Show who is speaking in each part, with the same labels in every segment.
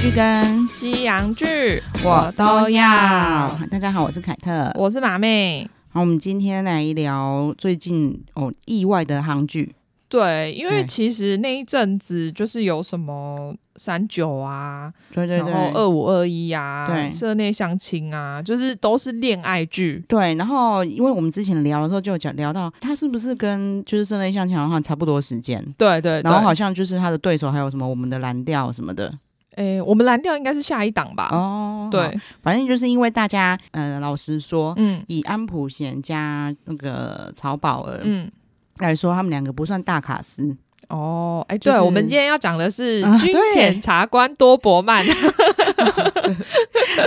Speaker 1: 剧跟
Speaker 2: 西洋剧
Speaker 1: 我都要。。大家好，我是凯特。
Speaker 2: 我是马妹。
Speaker 1: 好，我们今天来聊最近哦意外的韩剧。
Speaker 2: 对，因为
Speaker 1: 嗯
Speaker 2: 其实那一阵子就是有什么三九啊，
Speaker 1: 对对对，
Speaker 2: 然后二五二一啊，
Speaker 1: 对
Speaker 2: 社内相亲啊，就是都是恋爱剧。
Speaker 1: 对，然后因为我们之前聊的时候就有讲聊到，他是不是跟就是室内相亲好像差不多时间，
Speaker 2: 对对对，
Speaker 1: 然后好像就是他的对手还有什么我们的蓝调什么的
Speaker 2: 诶，我们蓝调应该是下一档吧？
Speaker 1: 哦，好，
Speaker 2: 对，
Speaker 1: 反正就是因为大家，嗯、老实说，
Speaker 2: 嗯
Speaker 1: 以安普贤加那个曹宝儿
Speaker 2: 嗯。
Speaker 1: 来说，他们两个不算大卡司，
Speaker 2: 哦，哎，
Speaker 1: 就
Speaker 2: 对，
Speaker 1: 是
Speaker 2: 我们今天要讲的是
Speaker 1: 啊
Speaker 2: 军
Speaker 1: 对
Speaker 2: 检察官多伯曼，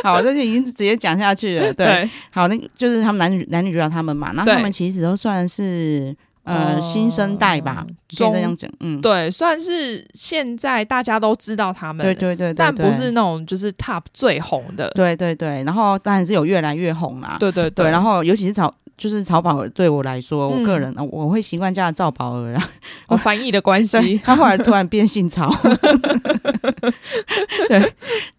Speaker 1: 好，这就已经直接讲下去了。对，
Speaker 2: 对，
Speaker 1: 好，那就是他们男女男女主角他们嘛，然后
Speaker 2: 对
Speaker 1: 他们其实都算是呃、
Speaker 2: 哦
Speaker 1: 新生代吧，可以
Speaker 2: 中
Speaker 1: 这样讲，嗯，
Speaker 2: 对，算是现在大家都知道他们，
Speaker 1: 对对对对，
Speaker 2: 但
Speaker 1: 对
Speaker 2: 不是，那种就是 top 最红 的。
Speaker 1: 对对对，然后当然是有越来越红啦，
Speaker 2: 对对对，
Speaker 1: 然
Speaker 2: 后
Speaker 1: 后尤其是曹。就是曹宝儿对我来说，
Speaker 2: 嗯
Speaker 1: 我个人、呃我会习惯叫他赵宝儿 啊。
Speaker 2: 我翻译的关
Speaker 1: 对，
Speaker 2: 系，
Speaker 1: 他后来突然变姓曹。 对，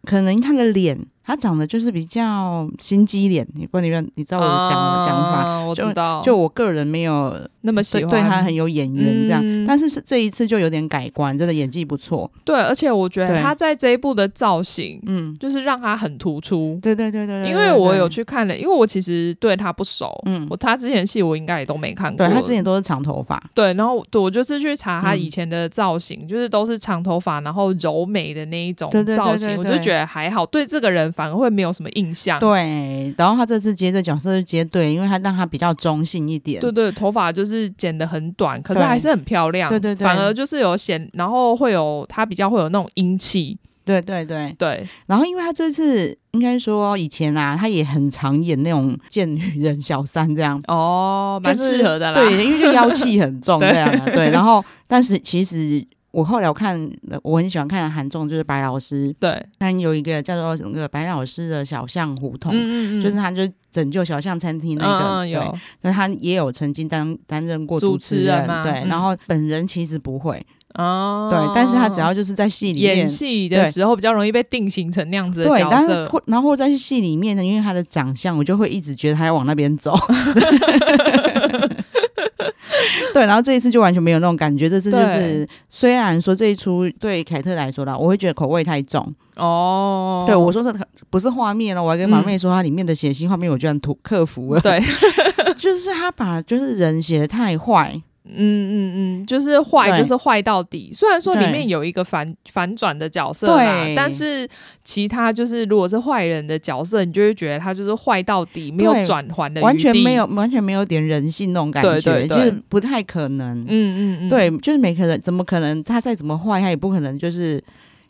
Speaker 1: 可能他的脸，他长得就是比较心机脸。你不，你你知道我的讲、我的讲法，
Speaker 2: 啊我知道，
Speaker 1: 就我个人没有
Speaker 2: 那么
Speaker 1: 对
Speaker 2: 喜欢
Speaker 1: 对他很有眼缘这样，
Speaker 2: 嗯
Speaker 1: 但是是这一次就有点改观，真的演技不错。
Speaker 2: 对，而且我觉得
Speaker 1: 对
Speaker 2: 他在这一部的造型，
Speaker 1: 嗯，
Speaker 2: 就是让他很突出。
Speaker 1: 对对对对对，
Speaker 2: 因为我有
Speaker 1: 对，
Speaker 2: 去看了，因为我其实对他不熟，
Speaker 1: 嗯
Speaker 2: 我他之前的戏我应该也都没看过。
Speaker 1: 对他之前都是长头发，
Speaker 2: 对，然后我对我就是去查他
Speaker 1: 嗯
Speaker 2: 以前的造型，就是都是长头发，然后柔美的那一种
Speaker 1: 对对对
Speaker 2: 造型，
Speaker 1: 对
Speaker 2: 我
Speaker 1: 对
Speaker 2: 就觉得还好，对这个人反而会没有什么印象。
Speaker 1: 对，然后他这次接这角色就接对，因为他让他比较中性一点，
Speaker 2: 对对，头发就是剪得很短，可是
Speaker 1: 对
Speaker 2: 还是很漂亮。
Speaker 1: 对对对
Speaker 2: 反而就是有显，然后会有它比较会有那种英气。
Speaker 1: 对对对。
Speaker 2: 对
Speaker 1: 然后因为他这次应该说以前啊，他也很常演那种贱女人小三这样，
Speaker 2: 哦，蛮
Speaker 1: 就是
Speaker 2: 适合的啦。
Speaker 1: 对，因为就妖气很 重
Speaker 2: 对
Speaker 1: 这样啊，对。然后但是其实。我后来我看，我很喜欢看的韩综就是白老师，
Speaker 2: 对
Speaker 1: 但有一个叫做那个白老师的小巷胡同，
Speaker 2: 嗯嗯嗯，
Speaker 1: 就是他就是拯救小巷餐厅那
Speaker 2: 嗯
Speaker 1: 个，
Speaker 2: 嗯
Speaker 1: 对，
Speaker 2: 有
Speaker 1: 但是他也有曾经担担任过
Speaker 2: 主
Speaker 1: 主
Speaker 2: 持
Speaker 1: 持
Speaker 2: 人
Speaker 1: 人，
Speaker 2: 嘛
Speaker 1: 对
Speaker 2: 嗯，
Speaker 1: 然后本人其实不会，
Speaker 2: 哦，
Speaker 1: 对，但是他只要就是在戏里
Speaker 2: 演
Speaker 1: 面。
Speaker 2: 戏的时候比较容易被定型成那样子的
Speaker 1: 对，
Speaker 2: 角
Speaker 1: 但是
Speaker 2: 色。
Speaker 1: 或然后或在戏里面呢，因为他的长相，我就会一直觉得他要往那边 走。对，然后这一次就完全没有那种感觉。这次就是虽然说这一出对凯特来说啦，我会觉得口味太重。
Speaker 2: 哦，嗯
Speaker 1: 对，我说的不是画面哦，我还跟马妹说，它里面的血腥画面我居然突克服了。
Speaker 2: 对，
Speaker 1: 就是他把就是人写的太坏，
Speaker 2: 嗯嗯嗯，就是坏
Speaker 1: 对
Speaker 2: 就是坏到底。虽然说里
Speaker 1: 对
Speaker 2: 面有一个反反转的角色啦，
Speaker 1: 对
Speaker 2: 但是其他就是如果是坏人的角色，你就会觉得他就是坏到底，没有转圜的余地
Speaker 1: 完全没有。完全没有点人性那种感觉，
Speaker 2: 对对对
Speaker 1: 就是不太可能。
Speaker 2: 嗯嗯嗯，
Speaker 1: 对，，就是没可能，怎么可能？他再怎么坏，他也不可能就是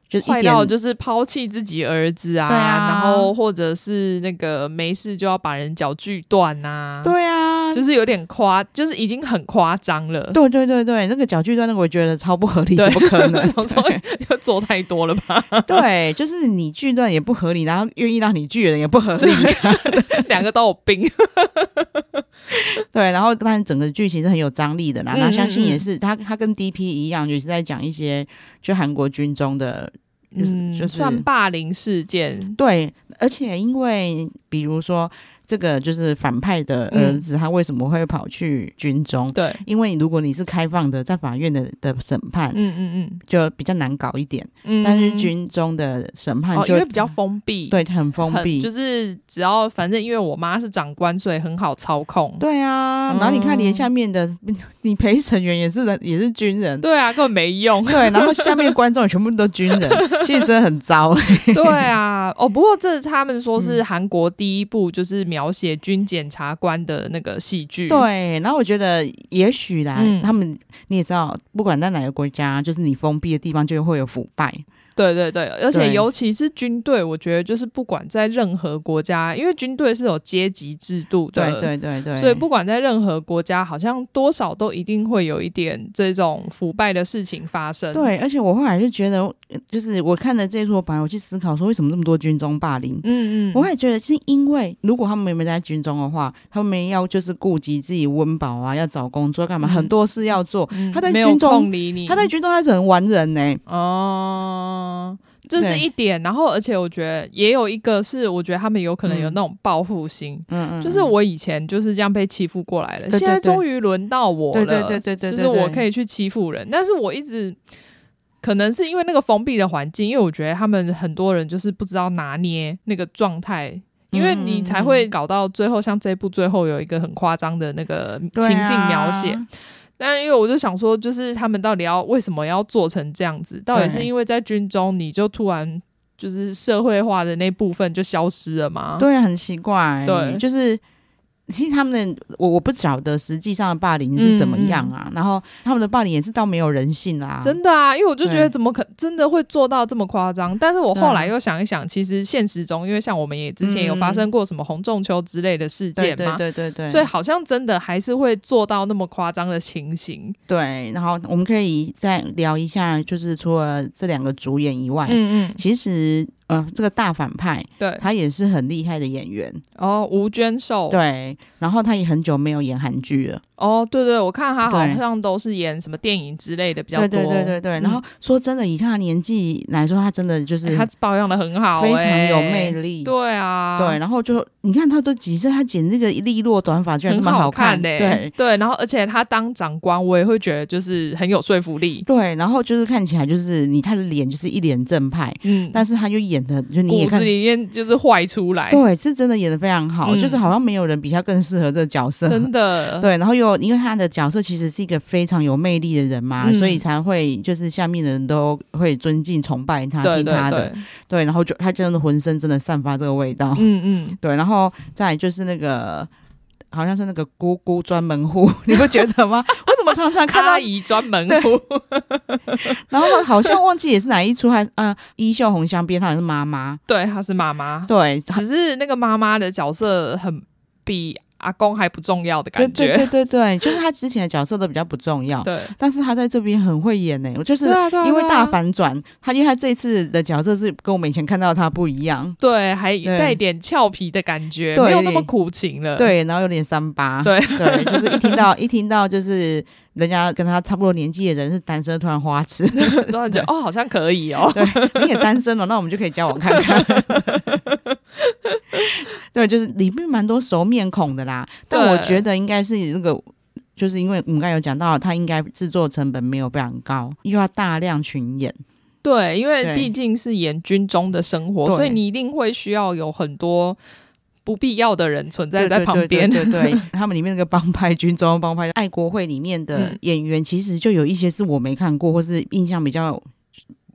Speaker 1: 就一
Speaker 2: 坏
Speaker 1: 点
Speaker 2: 到就是抛弃自己儿子啊，
Speaker 1: 对啊
Speaker 2: 然后或者是那个没事就要把人脚锯断啊，，
Speaker 1: 对啊，
Speaker 2: 就是有点夸，就是已经很夸张了。
Speaker 1: 对对对对，那个脚锯断那个我觉得超不合理，
Speaker 2: 对
Speaker 1: 怎么可 能？
Speaker 2: 想说要做太多了吧？
Speaker 1: 对，就是你锯断也不合理，然后愿意让你锯的人也不合理。
Speaker 2: 两个都有病。
Speaker 1: 对，然后但整个剧情是很有张力的啦。
Speaker 2: 嗯
Speaker 1: 那相信
Speaker 2: 嗯嗯
Speaker 1: 也是，他他跟 D P 一样，也是在讲一些就韩国军中的就是
Speaker 2: 嗯，
Speaker 1: 就是
Speaker 2: 算霸凌事件，
Speaker 1: 对，而且因为比如说这个就是反派的
Speaker 2: 嗯
Speaker 1: 儿子，他为什么会跑去军中？
Speaker 2: 对，
Speaker 1: 因为如果你是开放的，在法院的的审判
Speaker 2: 嗯嗯嗯。
Speaker 1: 就比较难搞一点，
Speaker 2: 嗯
Speaker 1: 但是军中的审判
Speaker 2: 哦，因
Speaker 1: 就、
Speaker 2: 为比较封闭，
Speaker 1: 对很封
Speaker 2: 很，
Speaker 1: 闭，
Speaker 2: 就是只要反正因为我妈是长官，所以很好操控。
Speaker 1: 对啊。然后你看
Speaker 2: 哦
Speaker 1: 连下面的、 你陪审员也是人，也是军人。。
Speaker 2: 对啊，根本没用
Speaker 1: 对，然后下面观众全部都军人，其实真的很糟。
Speaker 2: 对啊，哦，不过这他们说
Speaker 1: 嗯
Speaker 2: 是韩国第一部就是描写军检察官的那个戏剧。
Speaker 1: 对，然后我觉得也许啦，
Speaker 2: 嗯
Speaker 1: 他们你也知道，不管在哪个国家，就是你封闭的地方就会有腐败。
Speaker 2: 对对对，而且
Speaker 1: 对
Speaker 2: 尤其是军队，我觉得就是不管在任何国家，因为军队是有阶级制度的。
Speaker 1: 对对对对，
Speaker 2: 所以不管在任何国家，好像多少都一定会有一点这种腐败的事情发生。
Speaker 1: 对，而且我后来就觉得，呃就是我看了这一出，我本来我去思考说，为什么这么多军中霸凌？
Speaker 2: 嗯，嗯嗯，
Speaker 1: 我也觉得是因为，如果他们没在军中的话，他们要就是顾及自己温饱啊，要找工作干嘛，
Speaker 2: 嗯
Speaker 1: 很多事要做。
Speaker 2: 嗯
Speaker 1: 他在
Speaker 2: 没有
Speaker 1: 军中
Speaker 2: 空理你，
Speaker 1: 他在军中他只能玩人呢、
Speaker 2: 哦，这是
Speaker 1: 对
Speaker 2: 一点。然后，而且我觉得也有一个是，我觉得他们有可能有
Speaker 1: 嗯
Speaker 2: 那种报复心，
Speaker 1: 嗯嗯，
Speaker 2: 就是我以前就是这样被欺负过来了，
Speaker 1: 对对
Speaker 2: 现在
Speaker 1: 对
Speaker 2: 终于轮到我了，
Speaker 1: 对对对对对，
Speaker 2: 就是我可
Speaker 1: 以
Speaker 2: 以去欺负人，但是我一直。可能是因为那个封闭的环境，因为我觉得他们很多人就是不知道拿捏那个状态，因为你
Speaker 1: 嗯
Speaker 2: 才会搞到最后，像这部最后有一个很夸张的那个情境描
Speaker 1: 啊
Speaker 2: 写。但因为我就想说，就是他们到底要为什么要做成这样子？到底是因为在军中你就突然就是社会化的那部分就消失了吗？
Speaker 1: 对，很奇怪，
Speaker 2: 啊对
Speaker 1: 就是。其实他们的我我不晓得实际上的霸凌是怎么样啊，然后他们的霸凌也是到没有人性啦、啊，
Speaker 2: 嗯真的啊，因为我就觉得
Speaker 1: 对
Speaker 2: 怎么可真的会做到这么夸张？但是我
Speaker 1: 对
Speaker 2: 后
Speaker 1: 啊
Speaker 2: 来又想一想，其实现实中，因为像我们也之前有发生过什么红中秋之类的事件
Speaker 1: 嗯对
Speaker 2: 嘛，
Speaker 1: 对对对对，
Speaker 2: 所以好像真的还是会做到那么夸张的情形。
Speaker 1: 对，然后我们可以再聊一下，就是除了这两个主演以外，
Speaker 2: 嗯嗯，
Speaker 1: 其实呃，这个大反派
Speaker 2: 对。
Speaker 1: 他也是很厉害的演员，
Speaker 2: 哦，吴娟寿，，
Speaker 1: 对，然后他也很久没有演韩剧了，
Speaker 2: 哦，对对，我看她好
Speaker 1: 对
Speaker 2: 像都是演什么电影之类的比较
Speaker 1: 对
Speaker 2: 多。
Speaker 1: 对对对对。
Speaker 2: 嗯
Speaker 1: 然后说真的，以他的年纪来说，他真的就是
Speaker 2: 欸她保养的很好、
Speaker 1: 嗯非常有魅
Speaker 2: 力。
Speaker 1: 力，
Speaker 2: 对啊，
Speaker 1: 对，然后就你看他都几岁，他剪这个利落短发居然这
Speaker 2: 很
Speaker 1: 么
Speaker 2: 好欸
Speaker 1: 看，
Speaker 2: 呢、
Speaker 1: 对。
Speaker 2: 对，然后而且她当长官，我也会觉得就是很有说服力。
Speaker 1: 对，然后就是看起来就是你他的脸就是一脸正派，
Speaker 2: 嗯，
Speaker 1: 但是他就演的就你也
Speaker 2: 骨子
Speaker 1: 看，
Speaker 2: 里面就是坏出来，
Speaker 1: 对，是真的演的非常好，
Speaker 2: 嗯
Speaker 1: 就是好像没有人比他更适合这个角色，
Speaker 2: 真的，
Speaker 1: 对，然后又因为他的角色其实是一个非常有魅力的人嘛，
Speaker 2: 嗯
Speaker 1: 所以才会就是下面的人都会尊敬、崇拜他、
Speaker 2: 对
Speaker 1: 听
Speaker 2: 对
Speaker 1: 他的。哦
Speaker 2: 对，
Speaker 1: 对然后就他真的浑身真的散发这个味道。
Speaker 2: 嗯嗯，
Speaker 1: 对，然后再来就是那个。好像是那个姑姑专门户， 你不觉得吗？我怎么常常看
Speaker 2: 阿
Speaker 1: 到？
Speaker 2: 姨 专门哭，
Speaker 1: 然后好像忘记也是哪一出，还呃，衣袖红香边，她好像是妈妈。
Speaker 2: 对，她是妈妈，
Speaker 1: 对，
Speaker 2: 只是那个妈妈的角色很比阿公还不重要的
Speaker 1: 对
Speaker 2: 感
Speaker 1: 对
Speaker 2: 觉，
Speaker 1: 对对对，就是她之前的角色都比较不重要，
Speaker 2: 对，
Speaker 1: 但是她在这边很会演呢、我就是
Speaker 2: 对啊对啊，
Speaker 1: 因为
Speaker 2: 对啊
Speaker 1: 大反转，他因为他这一次的角色是跟我们以前看到他不一样，
Speaker 2: 对，还
Speaker 1: 对
Speaker 2: 带点俏皮的感觉，
Speaker 1: 对
Speaker 2: 没有那么苦情了，，
Speaker 1: 对，然后有点三八，
Speaker 2: 对
Speaker 1: 对，就是一听到一听到就是人家跟他差不多年纪的人是单身，突然花痴，
Speaker 2: 然后觉得哦，好像可以哦，
Speaker 1: 对，你也单 身了，那我们就可以交往看 看。对，就是里面蛮多熟面孔的啦，但我
Speaker 2: 对
Speaker 1: 觉得应该是那个。就是因为我们刚才有讲到，它应该制作成本没有非常高，又要大量群演，
Speaker 2: 对，因为
Speaker 1: 对
Speaker 2: 毕竟是演军中的生活，
Speaker 1: 对
Speaker 2: 所以你一定会需要有很多不必要的人存在在旁边，
Speaker 1: 对对对对 对他们里面那个帮派军中帮派爱国会里面的
Speaker 2: 嗯
Speaker 1: 演员，其实就有一些是我没看过，或是印象比较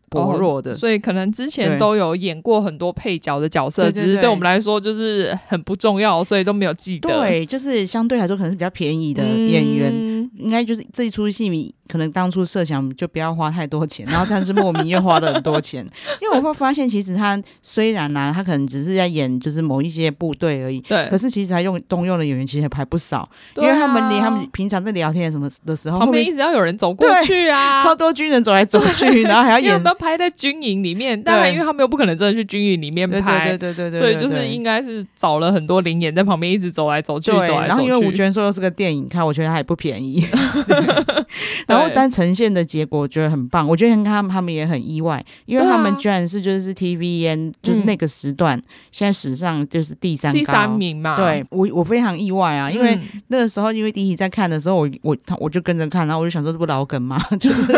Speaker 1: 薄弱的。
Speaker 2: 哦所以可能之前
Speaker 1: 对
Speaker 2: 都有演过很多配角的角色，
Speaker 1: 对对
Speaker 2: 只是
Speaker 1: 对
Speaker 2: 对我们来说就是很不重要，所以都没有记得。
Speaker 1: 对，就是相对来说可能是比较便宜的演员，
Speaker 2: 嗯
Speaker 1: 应该就是这一出戏，你可能当初设想就不要花太多钱，然后但是莫名又花了很多钱，因为我会发现，其实他虽然啊，他可能只是在演就是某一些部队而已，
Speaker 2: 对
Speaker 1: 可，是其实他用动用的演员其实还不少，
Speaker 2: 对
Speaker 1: 因
Speaker 2: 啊
Speaker 1: 为他们连他们平常在聊天什么的时候，
Speaker 2: 旁
Speaker 1: 后面
Speaker 2: 边一直要有人走过
Speaker 1: 对
Speaker 2: 去啊。
Speaker 1: 超多军人走来走去，然后还要
Speaker 2: 因为他
Speaker 1: 演
Speaker 2: 们要拍在军营里面，当然，因为他们又不可能真的去军营里面
Speaker 1: 对对
Speaker 2: 拍，
Speaker 1: 对对对对，
Speaker 2: 所以就是
Speaker 1: 对
Speaker 2: 应该是找了很多灵眼在旁边一直走来走去，走
Speaker 1: 对。
Speaker 2: 来
Speaker 1: 然
Speaker 2: 走
Speaker 1: 后因为吴
Speaker 2: 去。
Speaker 1: 娟说又是个电影，看我觉得它也不便宜， 对然后但呈现的结果我觉得很棒，我觉得他们他们也很意外，因为
Speaker 2: 对啊嗯
Speaker 1: 他们居然是就是 TVN 就是那个时段现在史上就是第三
Speaker 2: 第三
Speaker 1: 高。
Speaker 2: 名嘛，
Speaker 1: 对我我非常意外啊，因为
Speaker 2: 嗯
Speaker 1: 那个时候因为迪迪在看的时候，我我他我就跟着看，然后我就想说这不老梗吗？ 就是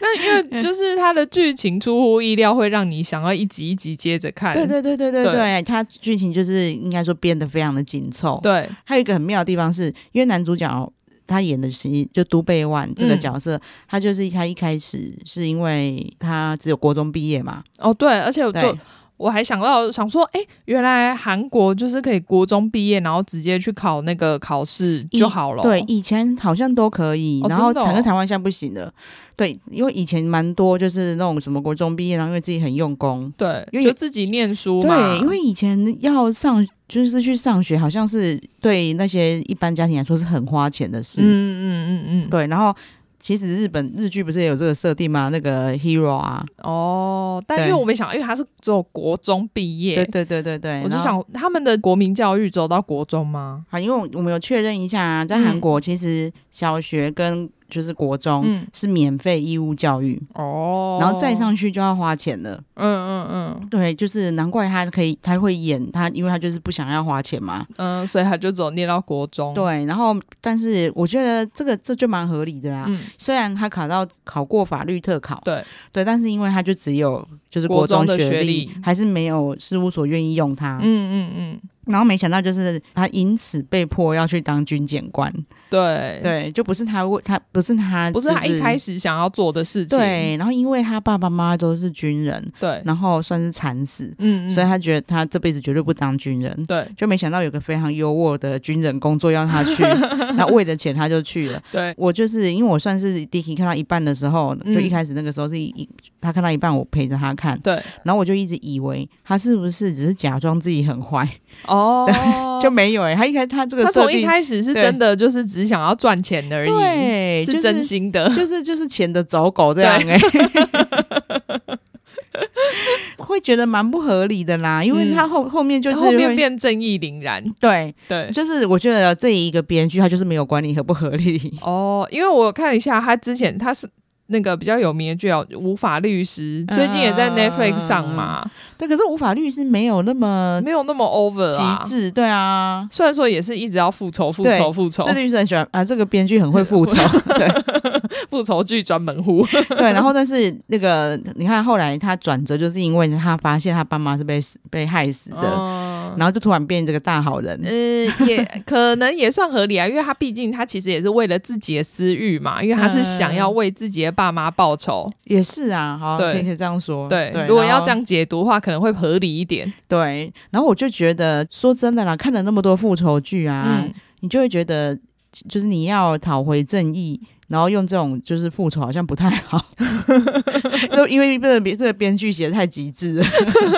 Speaker 2: 那因
Speaker 1: 嗯
Speaker 2: 为就是它的剧情出乎意料，会让你想要一集一集接着看。
Speaker 1: 对对对对对
Speaker 2: 对
Speaker 1: 对，它剧情就是应该说编得非常的紧凑，
Speaker 2: 对
Speaker 1: 还有一个很妙的地方是，因为男主角他演的是就都贝万这
Speaker 2: 嗯
Speaker 1: 个角色，他就是他一开始是因为他只有国中毕业嘛，
Speaker 2: 哦对，而且我
Speaker 1: 对
Speaker 2: 就我还想到想说，哎、原来韩国就是可以国中毕业，然后直接去考那个考试
Speaker 1: 一
Speaker 2: 就好了。
Speaker 1: 对，以前好像都可以，
Speaker 2: 哦
Speaker 1: 然后
Speaker 2: 真的哦
Speaker 1: 反正台湾现在不行了，对，因为以前蛮多就是那种什么国中毕业，然后因为自己很用功，因
Speaker 2: 对，
Speaker 1: 为
Speaker 2: 就自己念书嘛。
Speaker 1: 对，因为以前要上就是去上学，好像是对那些一般家庭来说是很花钱的事，
Speaker 2: 嗯嗯嗯嗯嗯，
Speaker 1: 对，然后。其实日本日剧不是也有这个设定吗？那个 hero 啊，
Speaker 2: 哦，但因为
Speaker 1: 对
Speaker 2: 我没想到，因为他是只有国中毕业，
Speaker 1: 对对对对对，
Speaker 2: 我就
Speaker 1: 然后
Speaker 2: 想他们的国民教育走到国中吗？
Speaker 1: 好，因为我们有确认一下啊，在韩国其实小学跟就是国中、
Speaker 2: 嗯
Speaker 1: 是免费义务教育，
Speaker 2: 哦，
Speaker 1: 然后再上去就要花钱了。
Speaker 2: 嗯嗯嗯
Speaker 1: 对，就是难怪他可以，他会演他，因为他就是不想要花钱嘛。
Speaker 2: 嗯，所以他就只有念到国中，，
Speaker 1: 对，然后但是我觉得这个这就蛮合理的啦。
Speaker 2: 嗯
Speaker 1: 虽然他考到考过法律特考，
Speaker 2: 对
Speaker 1: 对，但是因为他就只有就是
Speaker 2: 国中
Speaker 1: 中
Speaker 2: 的学
Speaker 1: 历
Speaker 2: 历，
Speaker 1: 还是没有事务所愿意用他。
Speaker 2: 嗯嗯嗯，
Speaker 1: 然后没想到就是他因此被迫要去当军检官，
Speaker 2: 对，
Speaker 1: 对，就不是他为他不是他、
Speaker 2: 不是他一开
Speaker 1: 始。
Speaker 2: 始想要做的事情，
Speaker 1: 对，然后因为他爸爸妈妈都是军人，
Speaker 2: 对，
Speaker 1: 然后算是惨死，
Speaker 2: 嗯，嗯
Speaker 1: 所以他觉得他这辈子绝对不当军人。
Speaker 2: 对
Speaker 1: 就没想到有个非常优渥的军人工作要他 去，那为了钱他就去了。
Speaker 2: 对，
Speaker 1: 我就是因为我算是 Dicky 看到一半的时候，
Speaker 2: 嗯
Speaker 1: 就一开始那个时候是一他看到一半，我陪着他看，
Speaker 2: 对，
Speaker 1: 然后我就一直以为他是不是只是假装自己很坏，
Speaker 2: 哦，
Speaker 1: 就没有哎、他一开他这个
Speaker 2: 他
Speaker 1: 设
Speaker 2: 从一
Speaker 1: 定
Speaker 2: 开始是
Speaker 1: 对
Speaker 2: 真的就是只想要赚钱而已，
Speaker 1: 对，就是
Speaker 2: 真 心的，
Speaker 1: 就是就是钱的走狗这样哎、 会觉得蛮不合理的啦，因为他后、嗯后面就是
Speaker 2: 后面
Speaker 1: 会
Speaker 2: 变正义凛然，
Speaker 1: 对，
Speaker 2: 对。
Speaker 1: 就是我觉得这一个编剧他就是没有管理合不合理，
Speaker 2: 哦，因为我看了一下，他之前他是那个比较有名的剧哦，《无法律师》，
Speaker 1: 嗯
Speaker 2: 最近也在 Netflix 上嘛，
Speaker 1: 对，可是无法律是没有那么
Speaker 2: 没有那么 over 啦
Speaker 1: 呃极。致，对啊。
Speaker 2: 虽然说也是一直要复仇、复
Speaker 1: 对
Speaker 2: 仇、复仇
Speaker 1: 这、律师很喜欢啊，这个编剧很会复仇，对
Speaker 2: 复仇剧专门户，
Speaker 1: 对。然后但是那个，你看后来他转折，就是因为他发现他爸妈是被死被害死 的，
Speaker 2: 嗯，
Speaker 1: 然后就突然变这个大好人。
Speaker 2: 呃，也 可能也算合理啊，因为他毕竟他其实也是为了自己的私欲嘛，因为他是想要为自己的爸妈报仇。
Speaker 1: 也是啊，好，
Speaker 2: 对
Speaker 1: 可以可以这样说。
Speaker 2: 对，如果要这，
Speaker 1: 然后
Speaker 2: 样解读的话，可能会合理一点。
Speaker 1: 对，然后我就觉得，说真的啦，看了那么多复仇剧啊，
Speaker 2: 嗯，
Speaker 1: 你就会觉得，就是你要讨回正义，然后用这种就是复仇，好像不太好， 就因为这个编这个编剧写的太极致了。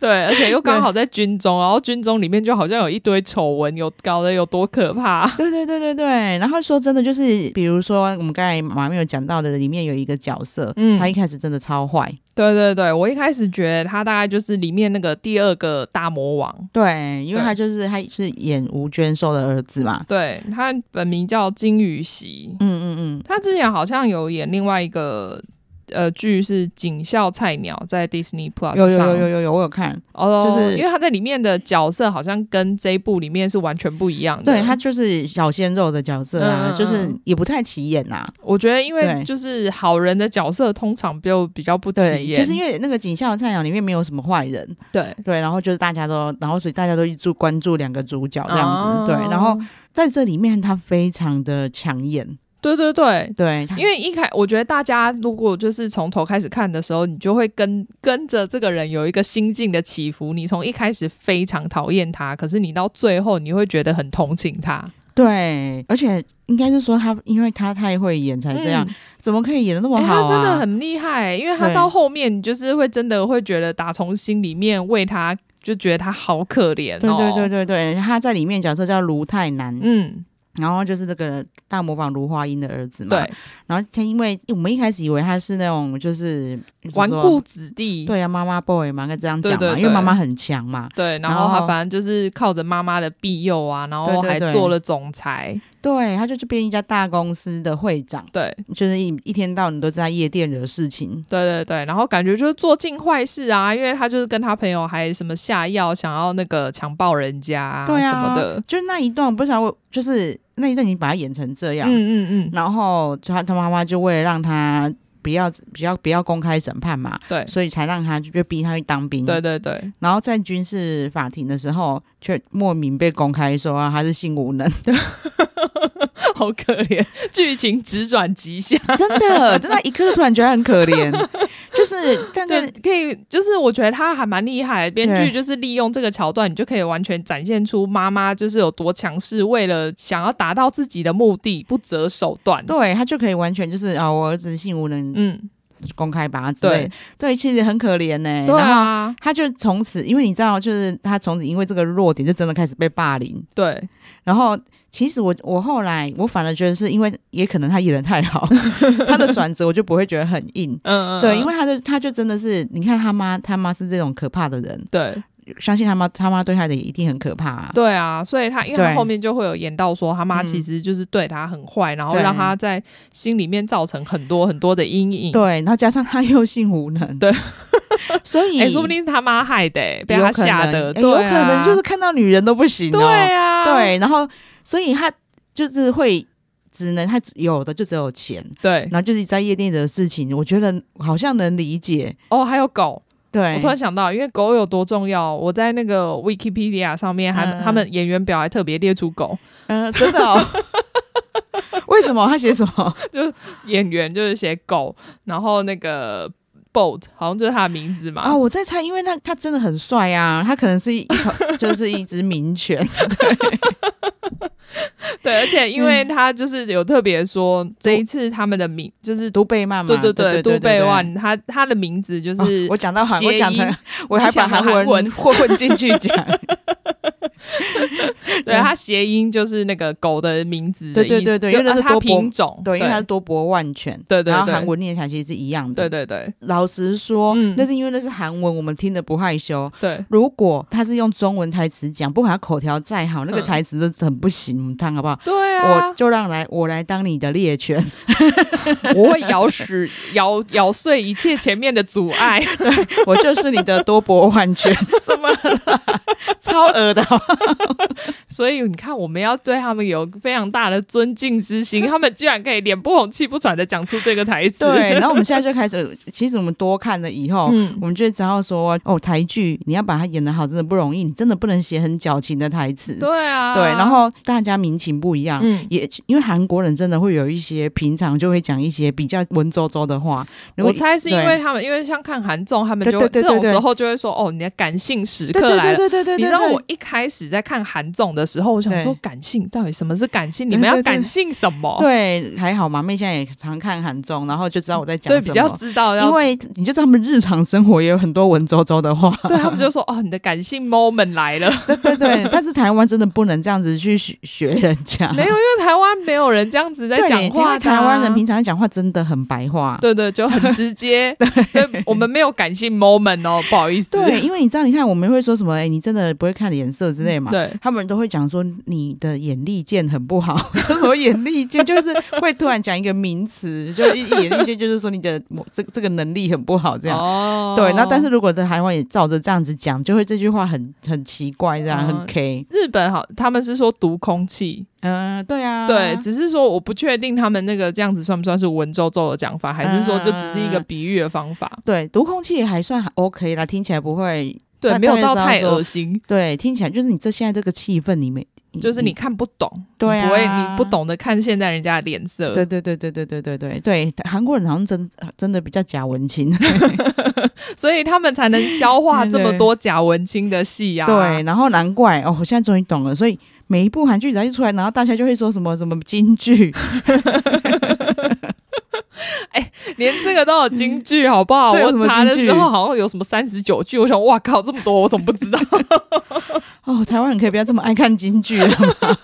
Speaker 2: 对，而且又刚好在军中，然后军中里面就好像有一堆丑闻，有搞得有多可怕。
Speaker 1: 对对对对对。然后说真的，就是比如说我们刚才马上有讲到的，里面有一个角色，
Speaker 2: 嗯
Speaker 1: 他一开始真的超坏，
Speaker 2: 对对对，我一开始觉得他大概就是里面那个第二个大魔王，
Speaker 1: 对，因为
Speaker 2: 对
Speaker 1: 他就是他是演吴娟寿的儿子嘛。
Speaker 2: 对他本名叫金宇熙，
Speaker 1: 嗯嗯
Speaker 2: 他之前好像有演另外一个。呃，剧是《警校菜鸟》在 Disney Plus 上，
Speaker 1: 嗯，有有有有有有，我有看。
Speaker 2: 哦，
Speaker 1: 就是
Speaker 2: 因为他在里面的角色好像跟这一部里面是完全不一样的。
Speaker 1: 对他就是小鲜肉的角色啊，
Speaker 2: 嗯嗯嗯
Speaker 1: 就是也不太起眼呐、
Speaker 2: 我觉得因为
Speaker 1: 对
Speaker 2: 就是好人的角色通常就比较不起
Speaker 1: 对，
Speaker 2: 眼，
Speaker 1: 就是因为那个《警校菜鸟》里面没有什么坏人，
Speaker 2: 对
Speaker 1: 对，然后就是大家都，然后所以大家都一直关注两个主角这样子，对，
Speaker 2: 哦
Speaker 1: 然后在这里面他非常的抢眼，
Speaker 2: 对对对，
Speaker 1: 对，他
Speaker 2: 因为一开，我觉得大家如果就是从头开始看的时候，你就会跟跟着这个人有一个心境的起伏。你从一开始非常讨厌他，可是你到最后你会觉得很同情他，
Speaker 1: 对，而且应该是说他，因为他太会演才这样，
Speaker 2: 嗯
Speaker 1: 怎么可以演的那么
Speaker 2: 诶
Speaker 1: 好、啊
Speaker 2: 他真的很厉害、因为他
Speaker 1: 对
Speaker 2: 到后面你就是会真的会觉得打从心里面为他就觉得他好可怜
Speaker 1: 对
Speaker 2: 哦。
Speaker 1: 对对
Speaker 2: 对，
Speaker 1: 对对，他在里面角色叫卢泰南，
Speaker 2: 嗯，
Speaker 1: 然后就是那个大模仿卢花英的儿子嘛。
Speaker 2: 对，
Speaker 1: 然后他因为我们一开始以为他是那种就是
Speaker 2: 纨
Speaker 1: 怎么
Speaker 2: 绔
Speaker 1: 说
Speaker 2: 子弟，
Speaker 1: 对啊，妈妈 boy 嘛，应该这样讲嘛，
Speaker 2: 对对对
Speaker 1: 因为妈妈很强嘛。
Speaker 2: 对，然
Speaker 1: 然
Speaker 2: 后他
Speaker 1: 后
Speaker 2: 反正就是靠着妈妈的庇佑啊，然后
Speaker 1: 对对
Speaker 2: 还
Speaker 1: 对
Speaker 2: 做了总裁，
Speaker 1: 对，他就去变一家大公司的会长，
Speaker 2: 对
Speaker 1: 就是一一天到晚都在夜店惹事情。
Speaker 2: 对对对，然后感觉就是做尽坏事啊，因为他就是跟他朋友还什么下药，想要那个强暴人家、啊
Speaker 1: 对啊，
Speaker 2: 什么的。
Speaker 1: 就那一段，不是我就是那一段，你把他演成这样，
Speaker 2: 嗯嗯嗯，
Speaker 1: 然后他他妈妈就为了让他不要不要不要公开审判嘛，
Speaker 2: 对
Speaker 1: 所以才让他就逼他去当兵。
Speaker 2: 对对对，
Speaker 1: 然后在军事法庭的时候，却莫名被公开说、啊、他是性无 能，
Speaker 2: 好可怜，剧情直转直下，
Speaker 1: 真的，真的，一刻突然觉得很可怜，就是但
Speaker 2: 对
Speaker 1: 是，
Speaker 2: 可以，就是我觉得他还蛮厉害的，编剧
Speaker 1: 对
Speaker 2: 就是利用这个桥段，你就可以完全展现出妈妈就是有多强势，为了想要达到自己的目的不择手段。
Speaker 1: 对他就可以完全就是啊、我儿子性无能，
Speaker 2: 嗯，
Speaker 1: 公开把他之类
Speaker 2: 对
Speaker 1: 的，对，其实很可怜呢、
Speaker 2: 对
Speaker 1: 然后
Speaker 2: 啊，
Speaker 1: 他就从此，因为你知道，就是他从此因为这个弱点，就真的开始被霸凌。
Speaker 2: 对，
Speaker 1: 然后其实我我后来我反而觉得是因为也可能他演的太 好，他的转折我就不会觉得很硬。
Speaker 2: 嗯嗯，
Speaker 1: 对，
Speaker 2: 嗯
Speaker 1: 因为他就他就真的是，你看他妈他妈是这种可怕的人，
Speaker 2: 对
Speaker 1: 相信他妈他妈对他的也一定很可怕、啊。
Speaker 2: 对啊，所以他因为他
Speaker 1: 对
Speaker 2: 后面就会有演到说，他妈
Speaker 1: 嗯
Speaker 2: 其实就是对他很坏，然后
Speaker 1: 对
Speaker 2: 让他在心里面造成很多很多的阴影。
Speaker 1: 对，然后加上他又性无能，
Speaker 2: 对，
Speaker 1: 所以
Speaker 2: 哎、说不定是他妈害的、哎被他
Speaker 1: 有可能
Speaker 2: 吓的，
Speaker 1: 哎
Speaker 2: 对、啊，
Speaker 1: 有可能就是看到女人都不行、哦，
Speaker 2: 对啊，
Speaker 1: 对，然后所以他就是会只能他有的就只有钱，
Speaker 2: 对。
Speaker 1: 然后就是在夜店的事情，我觉得好像能理解。
Speaker 2: 哦，还有狗，
Speaker 1: 对，
Speaker 2: 我突然 想到，因为狗有多重要，我在那个 Wikipedia 上面还、
Speaker 1: 嗯
Speaker 2: 他们演员表还特别列出狗
Speaker 1: 嗯、
Speaker 2: 呃
Speaker 1: 真的、哦，为什么他写什么？
Speaker 2: 演员，就是写狗，然后那个 Boat 好像就是他的名字嘛。
Speaker 1: 啊、我在猜，因为他他真的很帅啊，他可能是一头 就是一只名犬，
Speaker 2: 对，而且因为他就是有特别说，这一次他们的名就是
Speaker 1: 都贝曼嘛，
Speaker 2: 对
Speaker 1: 对
Speaker 2: 对，杜贝。万，他他的名字就
Speaker 1: 哦
Speaker 2: 是、
Speaker 1: 我讲到韩，我
Speaker 2: 谐
Speaker 1: 讲
Speaker 2: 音
Speaker 1: 成， 我还
Speaker 2: 你
Speaker 1: 把
Speaker 2: 想到
Speaker 1: 韩
Speaker 2: 韩文
Speaker 1: 文混 混进去讲，
Speaker 2: 对他谐音就是那个狗的名字的意思，
Speaker 1: 嗯对对对对
Speaker 2: 就
Speaker 1: 因为那是
Speaker 2: 啊它
Speaker 1: 多博
Speaker 2: 品种，
Speaker 1: 对，因为他是多博万全，
Speaker 2: 对对
Speaker 1: 然后
Speaker 2: 对
Speaker 1: 韩文念起来其实是一样的，
Speaker 2: 对对对
Speaker 1: 老实说，
Speaker 2: 嗯
Speaker 1: 那是因为那是韩文，我们听得不害羞。
Speaker 2: 对
Speaker 1: 如果他是用中文台词讲，不管他口条再好，那个
Speaker 2: 嗯
Speaker 1: 台词都很不行，我们当好不好？
Speaker 2: 对
Speaker 1: 我
Speaker 2: 啊，
Speaker 1: 就让来我来当你的猎犬，
Speaker 2: 我我会咬死咬咬碎一切前面的阻 碍，
Speaker 1: 我就是你的多博万全，
Speaker 2: 什么？
Speaker 1: 超额的好不好
Speaker 2: 所以你看，我们要对他们有非常大的尊敬之心，他们居然可以脸不红气不喘的讲出这个台词，
Speaker 1: 对。然后我们现在就开始，其实我们多看了以后。
Speaker 2: 嗯
Speaker 1: 我们就会知道说，哦，台剧你要把它演得好，真的不容易，你真的不能写很矫情的台词。
Speaker 2: 对啊，
Speaker 1: 对然后大家民情不一样，
Speaker 2: 嗯。
Speaker 1: 也因为韩国人真的会有一些平常就会讲一些比较文绉绉的话，如果
Speaker 2: 我猜是因为
Speaker 1: 对
Speaker 2: 他们，因为像看韩综，他们
Speaker 1: 对
Speaker 2: 就会
Speaker 1: 对对
Speaker 2: 这种
Speaker 1: 对对
Speaker 2: 时候就会说：“哦，你的感性时
Speaker 1: 对
Speaker 2: 刻来
Speaker 1: 对对对
Speaker 2: 了。
Speaker 1: 对对，
Speaker 2: 你知
Speaker 1: 对
Speaker 2: 道我一开始在看韩综的时候，我想说
Speaker 1: 对
Speaker 2: 感性到底什么是感性？
Speaker 1: 对
Speaker 2: 你们要
Speaker 1: 对对
Speaker 2: 感性什么？
Speaker 1: 对还好嘛，妹现在也常看韩综，然后就知道我在讲
Speaker 2: 对，
Speaker 1: 什
Speaker 2: 比
Speaker 1: 么。
Speaker 2: 较知道
Speaker 1: 因
Speaker 2: 要。
Speaker 1: 为你就知道他们日常生活也有很多文绉绉的话，
Speaker 2: 对他们就说哦，你的感性 moment 来了，
Speaker 1: 对对对。但是台湾真的不能这样子去学学人家，
Speaker 2: 没有，因为台湾没有人这样子在
Speaker 1: 对
Speaker 2: 讲
Speaker 1: 因
Speaker 2: 话
Speaker 1: 为
Speaker 2: 的啊，
Speaker 1: 台湾人平常讲话真的很白话。
Speaker 2: 对对就很直接， 对，我们没有感性 moment 哦，不好意思，
Speaker 1: 对，因为你知道，你看我们会说什么？哎、你真的不会看脸色之类嘛？
Speaker 2: 对
Speaker 1: 他们都会讲说你的眼力见很不好， 就什么眼力见，就是会突然讲一个名词，就一眼力见就是说你的某这这个能力很不好这样。
Speaker 2: 哦，
Speaker 1: 对，那但是如果在台湾也照着这样子讲，就会这句话很很奇怪，这样、
Speaker 2: 嗯
Speaker 1: 很 K。
Speaker 2: 日本好，他们是说读空气，
Speaker 1: 嗯、对啊，
Speaker 2: 对，只是说我不确定他们那个这样子算不算是文绉绉的讲法，还是说就只是一个
Speaker 1: 嗯
Speaker 2: 比喻的方法，
Speaker 1: 对，读空气也还算还 OK 啦，听起来不会。
Speaker 2: 对，
Speaker 1: 他
Speaker 2: 没有
Speaker 1: 大概
Speaker 2: 到
Speaker 1: 知道
Speaker 2: 太
Speaker 1: 说
Speaker 2: 恶心，
Speaker 1: 对，听起来就是你这现在这个气氛里面，
Speaker 2: 就是你看不懂，
Speaker 1: 嗯对
Speaker 2: 你不会，
Speaker 1: 啊
Speaker 2: 你不懂得看现在人家的脸色，
Speaker 1: 对对对对对对对对对，韩国人好像真真的比较假文青。
Speaker 2: 所以他们才能消化这么多假文青的戏啊呀、
Speaker 1: 对，，然后难怪哦，我现在终于懂了，所以每一部韩剧只要一出来，然后大家就会说什么什么京剧，
Speaker 2: 连这个都有京剧，好不好？
Speaker 1: 嗯这有什
Speaker 2: 我
Speaker 1: 么
Speaker 2: 查的
Speaker 1: 京剧
Speaker 2: 时候好像有什么三十九句，我想，哇靠，这么多，我怎么不 知道？
Speaker 1: 哦，台湾人可以不要这么爱看京剧了吗？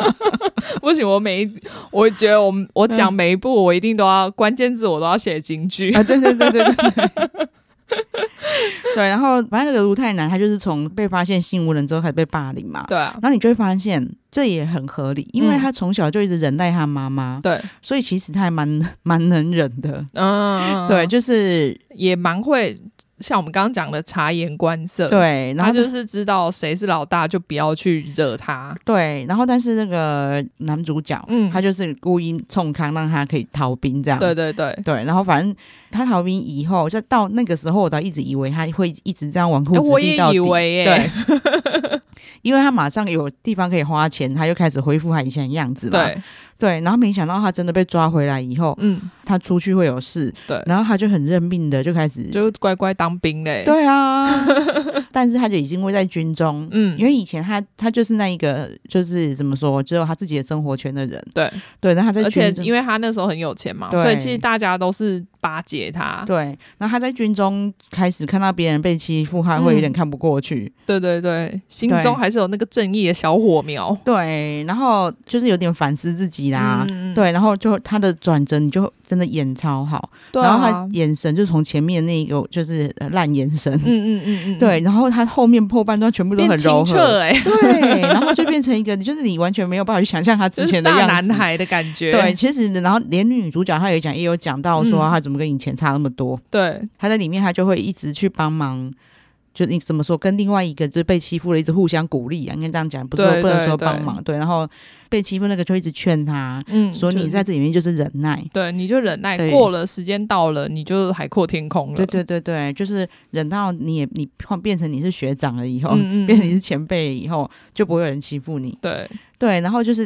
Speaker 2: 不行，我每一，我觉得我们我讲每一部，我一定都要关键字，我都要写京剧。
Speaker 1: 啊，对对对对对对。 对，然后反正那个卢泰南，他就是从被发现性无能之后开始被霸凌嘛，
Speaker 2: 对啊，
Speaker 1: 然后你就会发现这也很合理，因为
Speaker 2: 嗯
Speaker 1: 他从小就一直忍耐他妈妈，
Speaker 2: 对，
Speaker 1: 所以其实他还蛮蛮能忍的。
Speaker 2: 嗯，
Speaker 1: 对，，就是
Speaker 2: 也蛮会，像我们刚刚讲的察言观色，，
Speaker 1: 对，然
Speaker 2: 他
Speaker 1: 后
Speaker 2: 就是知道谁是老大，就不要去惹他。
Speaker 1: 对，然后但是那个男主角，
Speaker 2: 嗯
Speaker 1: 嗯，他就是故意冲康，让他可以逃兵这样。
Speaker 2: 对对对，
Speaker 1: 对，然后反正他逃兵以后，就到那个时候，我倒一直以为他会一直这样纨绔
Speaker 2: 哎
Speaker 1: 子
Speaker 2: 我
Speaker 1: 弟
Speaker 2: 也
Speaker 1: 到底。
Speaker 2: 以为哎耶、
Speaker 1: 对， 因为他马上有地方可以花钱，他就开始恢复他以前的样子嘛。
Speaker 2: 对，
Speaker 1: 对，然后没想到他真的被抓回来以后，
Speaker 2: 嗯，
Speaker 1: 他出去会有事，
Speaker 2: 对
Speaker 1: 然后他就很认命的就开始，
Speaker 2: 就乖乖当兵嘞、
Speaker 1: 对啊， 但是他就已经会在军中，
Speaker 2: 嗯
Speaker 1: 因为以前他他就是那一个就是怎么说，只有他自己的生活圈的人，
Speaker 2: 对，
Speaker 1: 对，然后他在
Speaker 2: 而且
Speaker 1: 军中，
Speaker 2: 因为他那时候很有钱嘛，
Speaker 1: 对
Speaker 2: 所以其实大家都是巴结他。
Speaker 1: 对，然后他在军中开始看到别人被欺负，他会
Speaker 2: 嗯
Speaker 1: 有点看不过去，
Speaker 2: 对对对，心中还是有那个正义的小火苗。
Speaker 1: 对，然后就是有点反思自己啦，
Speaker 2: 嗯嗯嗯，
Speaker 1: 对，然后就他的转折，你就真的演超好，
Speaker 2: 对啊，
Speaker 1: 然后他眼神就从前面那有就是呃烂眼神，
Speaker 2: 嗯嗯嗯嗯，
Speaker 1: 对，然后他后面后半段全部都
Speaker 2: 变
Speaker 1: 很柔
Speaker 2: 清
Speaker 1: 和，
Speaker 2: 澈哎、
Speaker 1: 对，然后就变成一个，就是你完全没有办法去想象他
Speaker 2: 就
Speaker 1: 之
Speaker 2: 是
Speaker 1: 前的
Speaker 2: 大
Speaker 1: 样
Speaker 2: 男
Speaker 1: 子。
Speaker 2: 孩的感觉，
Speaker 1: 对，其实然后连女主角她有讲，也有讲到说
Speaker 2: 嗯
Speaker 1: 她怎么跟以前差那么多，
Speaker 2: 对，
Speaker 1: 她在里面她就会一直去帮忙。就你怎么说，跟另外一个就是被欺负的，一直互相鼓励啊，应该这样讲，不是
Speaker 2: 对
Speaker 1: 说不能
Speaker 2: 对
Speaker 1: 说
Speaker 2: 对
Speaker 1: 帮忙，对。然后被欺负那个就一直劝他，
Speaker 2: 嗯
Speaker 1: 说
Speaker 2: 就
Speaker 1: 你
Speaker 2: 是
Speaker 1: 在这里面就是忍耐，
Speaker 2: 对，你就忍耐，
Speaker 1: 对
Speaker 2: 过了时间到了，你就海阔天空了。
Speaker 1: 对对对对，就是忍到你也你换变成你是学长了以后，
Speaker 2: 嗯 嗯
Speaker 1: 变成
Speaker 2: 嗯
Speaker 1: 你是前辈以后，就不会有人欺负你。
Speaker 2: 对
Speaker 1: 对，然后就是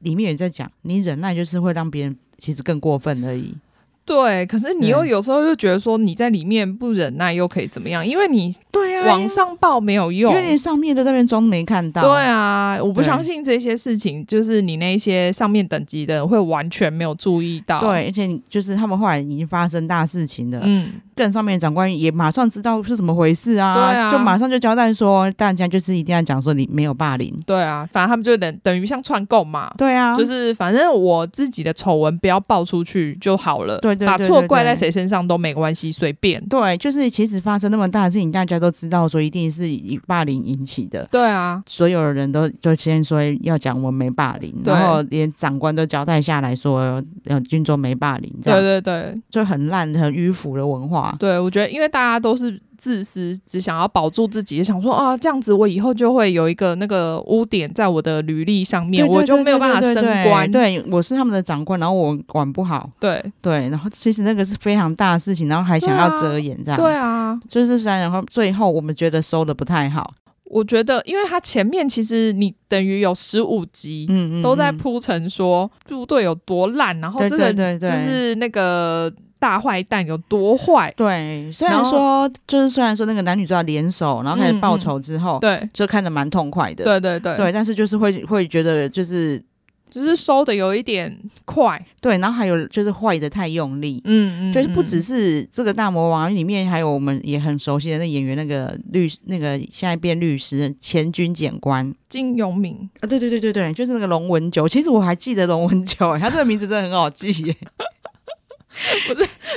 Speaker 1: 里面也在讲，你忍耐就是会让别人其实更过分而已。
Speaker 2: 对，可是你
Speaker 1: 对
Speaker 2: 又有时候又觉得说你在里面不忍耐又可以怎么样？因为你
Speaker 1: 对啊
Speaker 2: 往上报没有
Speaker 1: 因
Speaker 2: 用
Speaker 1: 为，连上面都在那边装没看到。
Speaker 2: 对啊，我不
Speaker 1: 对
Speaker 2: 相信这些事情，就是你那些上面等级的人会完全没有注意到。
Speaker 1: 对，，而且你就是他们后来已经发生大事情了，
Speaker 2: 嗯，
Speaker 1: 更上面的长官也马上知道是怎么回事啊，
Speaker 2: 对啊
Speaker 1: 就马上就交代说，大家就是一定要讲说你没有霸凌。
Speaker 2: 对啊，反正他们就等等于像串供嘛。
Speaker 1: 对啊，
Speaker 2: 就是反正我自己的丑闻不要爆出去就好了，
Speaker 1: 对对对
Speaker 2: 把
Speaker 1: 对
Speaker 2: 错
Speaker 1: 对
Speaker 2: 怪在谁身上都没关系，随便。
Speaker 1: 对，就是其实发生那么大的事情，大家都知道说一定是以霸凌引起的。
Speaker 2: 对啊，
Speaker 1: 所有的人都就先说要讲我们没霸凌，
Speaker 2: 对
Speaker 1: 然后连长官都交代下来说，呃，军中没霸凌，这
Speaker 2: 对
Speaker 1: 样
Speaker 2: 对对，
Speaker 1: 就很烂、很迂腐的文化。
Speaker 2: 对，我觉得因为大家都是自私，只想要保住自己，想说啊，这样子我以后就会有一个那个污点在我的履历上面，
Speaker 1: 对
Speaker 2: 我
Speaker 1: 对
Speaker 2: 就
Speaker 1: 对
Speaker 2: 没有
Speaker 1: 对
Speaker 2: 办法
Speaker 1: 对
Speaker 2: 升
Speaker 1: 对
Speaker 2: 官。
Speaker 1: 对，我是他们的长官，然后我管不好，
Speaker 2: 对
Speaker 1: 对，然后其实那个是非常大的事情，然后还想要遮掩这样，
Speaker 2: 对啊，
Speaker 1: 就是虽然然后最后我们觉得收的不太好，
Speaker 2: 我觉得因为它前面其实你等于有十五集。
Speaker 1: 嗯嗯，
Speaker 2: 都在
Speaker 1: 嗯
Speaker 2: 铺陈说部队有多烂，然后
Speaker 1: 对
Speaker 2: 这个
Speaker 1: 对对对
Speaker 2: 就是那个大坏蛋有多坏，
Speaker 1: 对，虽然
Speaker 2: 然后
Speaker 1: 说就是虽然说那个男女主角联手，然后开始
Speaker 2: 嗯嗯
Speaker 1: 报仇之后，
Speaker 2: 对
Speaker 1: 就看得蛮痛快的，
Speaker 2: 对对对，
Speaker 1: 对，但是就是会会觉得就是
Speaker 2: 就是收的有一点快，
Speaker 1: 对，然后还有就是坏的太用力。
Speaker 2: 嗯嗯，
Speaker 1: 就是不
Speaker 2: 嗯
Speaker 1: 只是这个大魔王，里面还有我们也很熟悉的那演员，那个律那个现在变律师前军检官
Speaker 2: 金永敏，
Speaker 1: 啊，对对对对对，就是那个龙文九。其实我还记得龙文九，哎他这个名字真的很好记耶。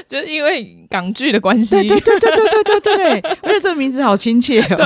Speaker 2: 就是因为港剧的关系，
Speaker 1: 对对对对对对对对，而且这个名字好亲切哦。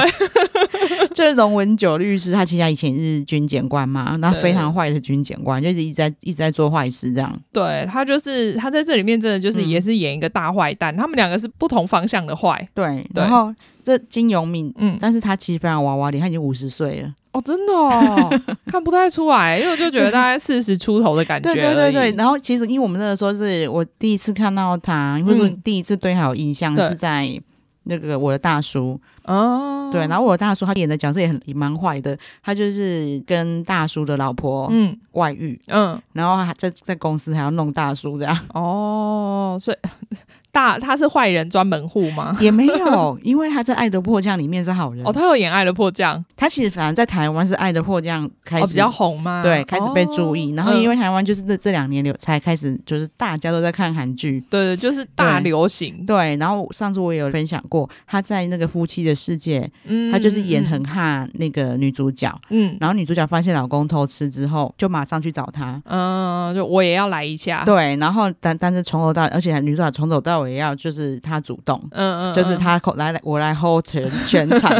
Speaker 1: 就是龙文九律师，他其实他以前是军检官嘛，那
Speaker 2: 对
Speaker 1: 非常坏的军检官，就是一直在一直在做坏事这样。
Speaker 2: 对他就是他在这里面真的就是
Speaker 1: 嗯
Speaker 2: 也是演一个大坏蛋，他们两个是不同方向的坏。
Speaker 1: 对，
Speaker 2: 对
Speaker 1: 然后这金永敏，
Speaker 2: 嗯，
Speaker 1: 但是他其实非常娃娃脸，他已经五十岁了。
Speaker 2: 哦，真 的哦，看不太出来，因为我就觉得大概四十出头的感觉
Speaker 1: 对
Speaker 2: 而已。
Speaker 1: 对对对，然后其实因为我们那个时候是我第一次看到他，或者说第一次对他有印象
Speaker 2: 嗯对
Speaker 1: 是在。那个我的大叔，
Speaker 2: 哦，
Speaker 1: 对，然后我的大叔他演的角色也很也蛮坏的，他就是跟大叔的老婆
Speaker 2: 嗯
Speaker 1: 外遇，
Speaker 2: 嗯，
Speaker 1: 然后还在在公司还要弄大叔这样，
Speaker 2: 哦，所以 大他是坏人专门户吗？
Speaker 1: 也没有，因为他在《爱的迫降》里面是好人，
Speaker 2: 哦，他有演《爱的迫降》，
Speaker 1: 他其实反而在台湾是《爱的迫降》开
Speaker 2: 哦，
Speaker 1: 始
Speaker 2: 比较红嘛，
Speaker 1: 对，开始被注
Speaker 2: 哦
Speaker 1: 意。然后因
Speaker 2: 嗯
Speaker 1: 为台湾就是这这两年流才开始，就是大家都在看韩剧。
Speaker 2: 嗯对对，就是大
Speaker 1: 对
Speaker 2: 流行，
Speaker 1: 对，然后上次我也有分享过，他在那个《夫妻的世界》，
Speaker 2: 嗯，
Speaker 1: 他就是演
Speaker 2: 嗯
Speaker 1: 很哈那个女主角，
Speaker 2: 嗯
Speaker 1: 然后女主角发现老公偷吃之后，就马上去找他。
Speaker 2: 嗯，就我也要来一下，
Speaker 1: 对，然后但但是从头到，而且女主角从头到尾要就是他主动，
Speaker 2: 嗯，嗯嗯，
Speaker 1: 就是他口来来我来 hold 全全 场，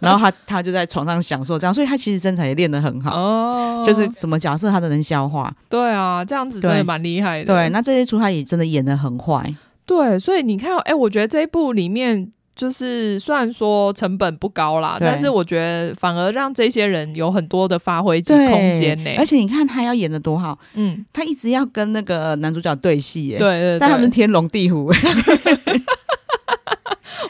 Speaker 1: 然后他他就在床上享受这样，所以他其实身材也练得很好，
Speaker 2: 哦，
Speaker 1: 就是什么角色他都能消化。
Speaker 2: 对啊，这样子真的
Speaker 1: 对
Speaker 2: 蛮厉害的。
Speaker 1: 对，那这些出他也真的演得很坏，
Speaker 2: 对，所以你看，哎、我觉得这一部里面。就是虽然说成本不高啦，
Speaker 1: 对
Speaker 2: 但是我觉得反而让这些人有很多的发挥及空间呢、
Speaker 1: 而且你看他要演得多好，
Speaker 2: 嗯，
Speaker 1: 他一直要跟那个男主角对戏耶、
Speaker 2: 对对
Speaker 1: 但他们
Speaker 2: 对，
Speaker 1: 是天龙地虎，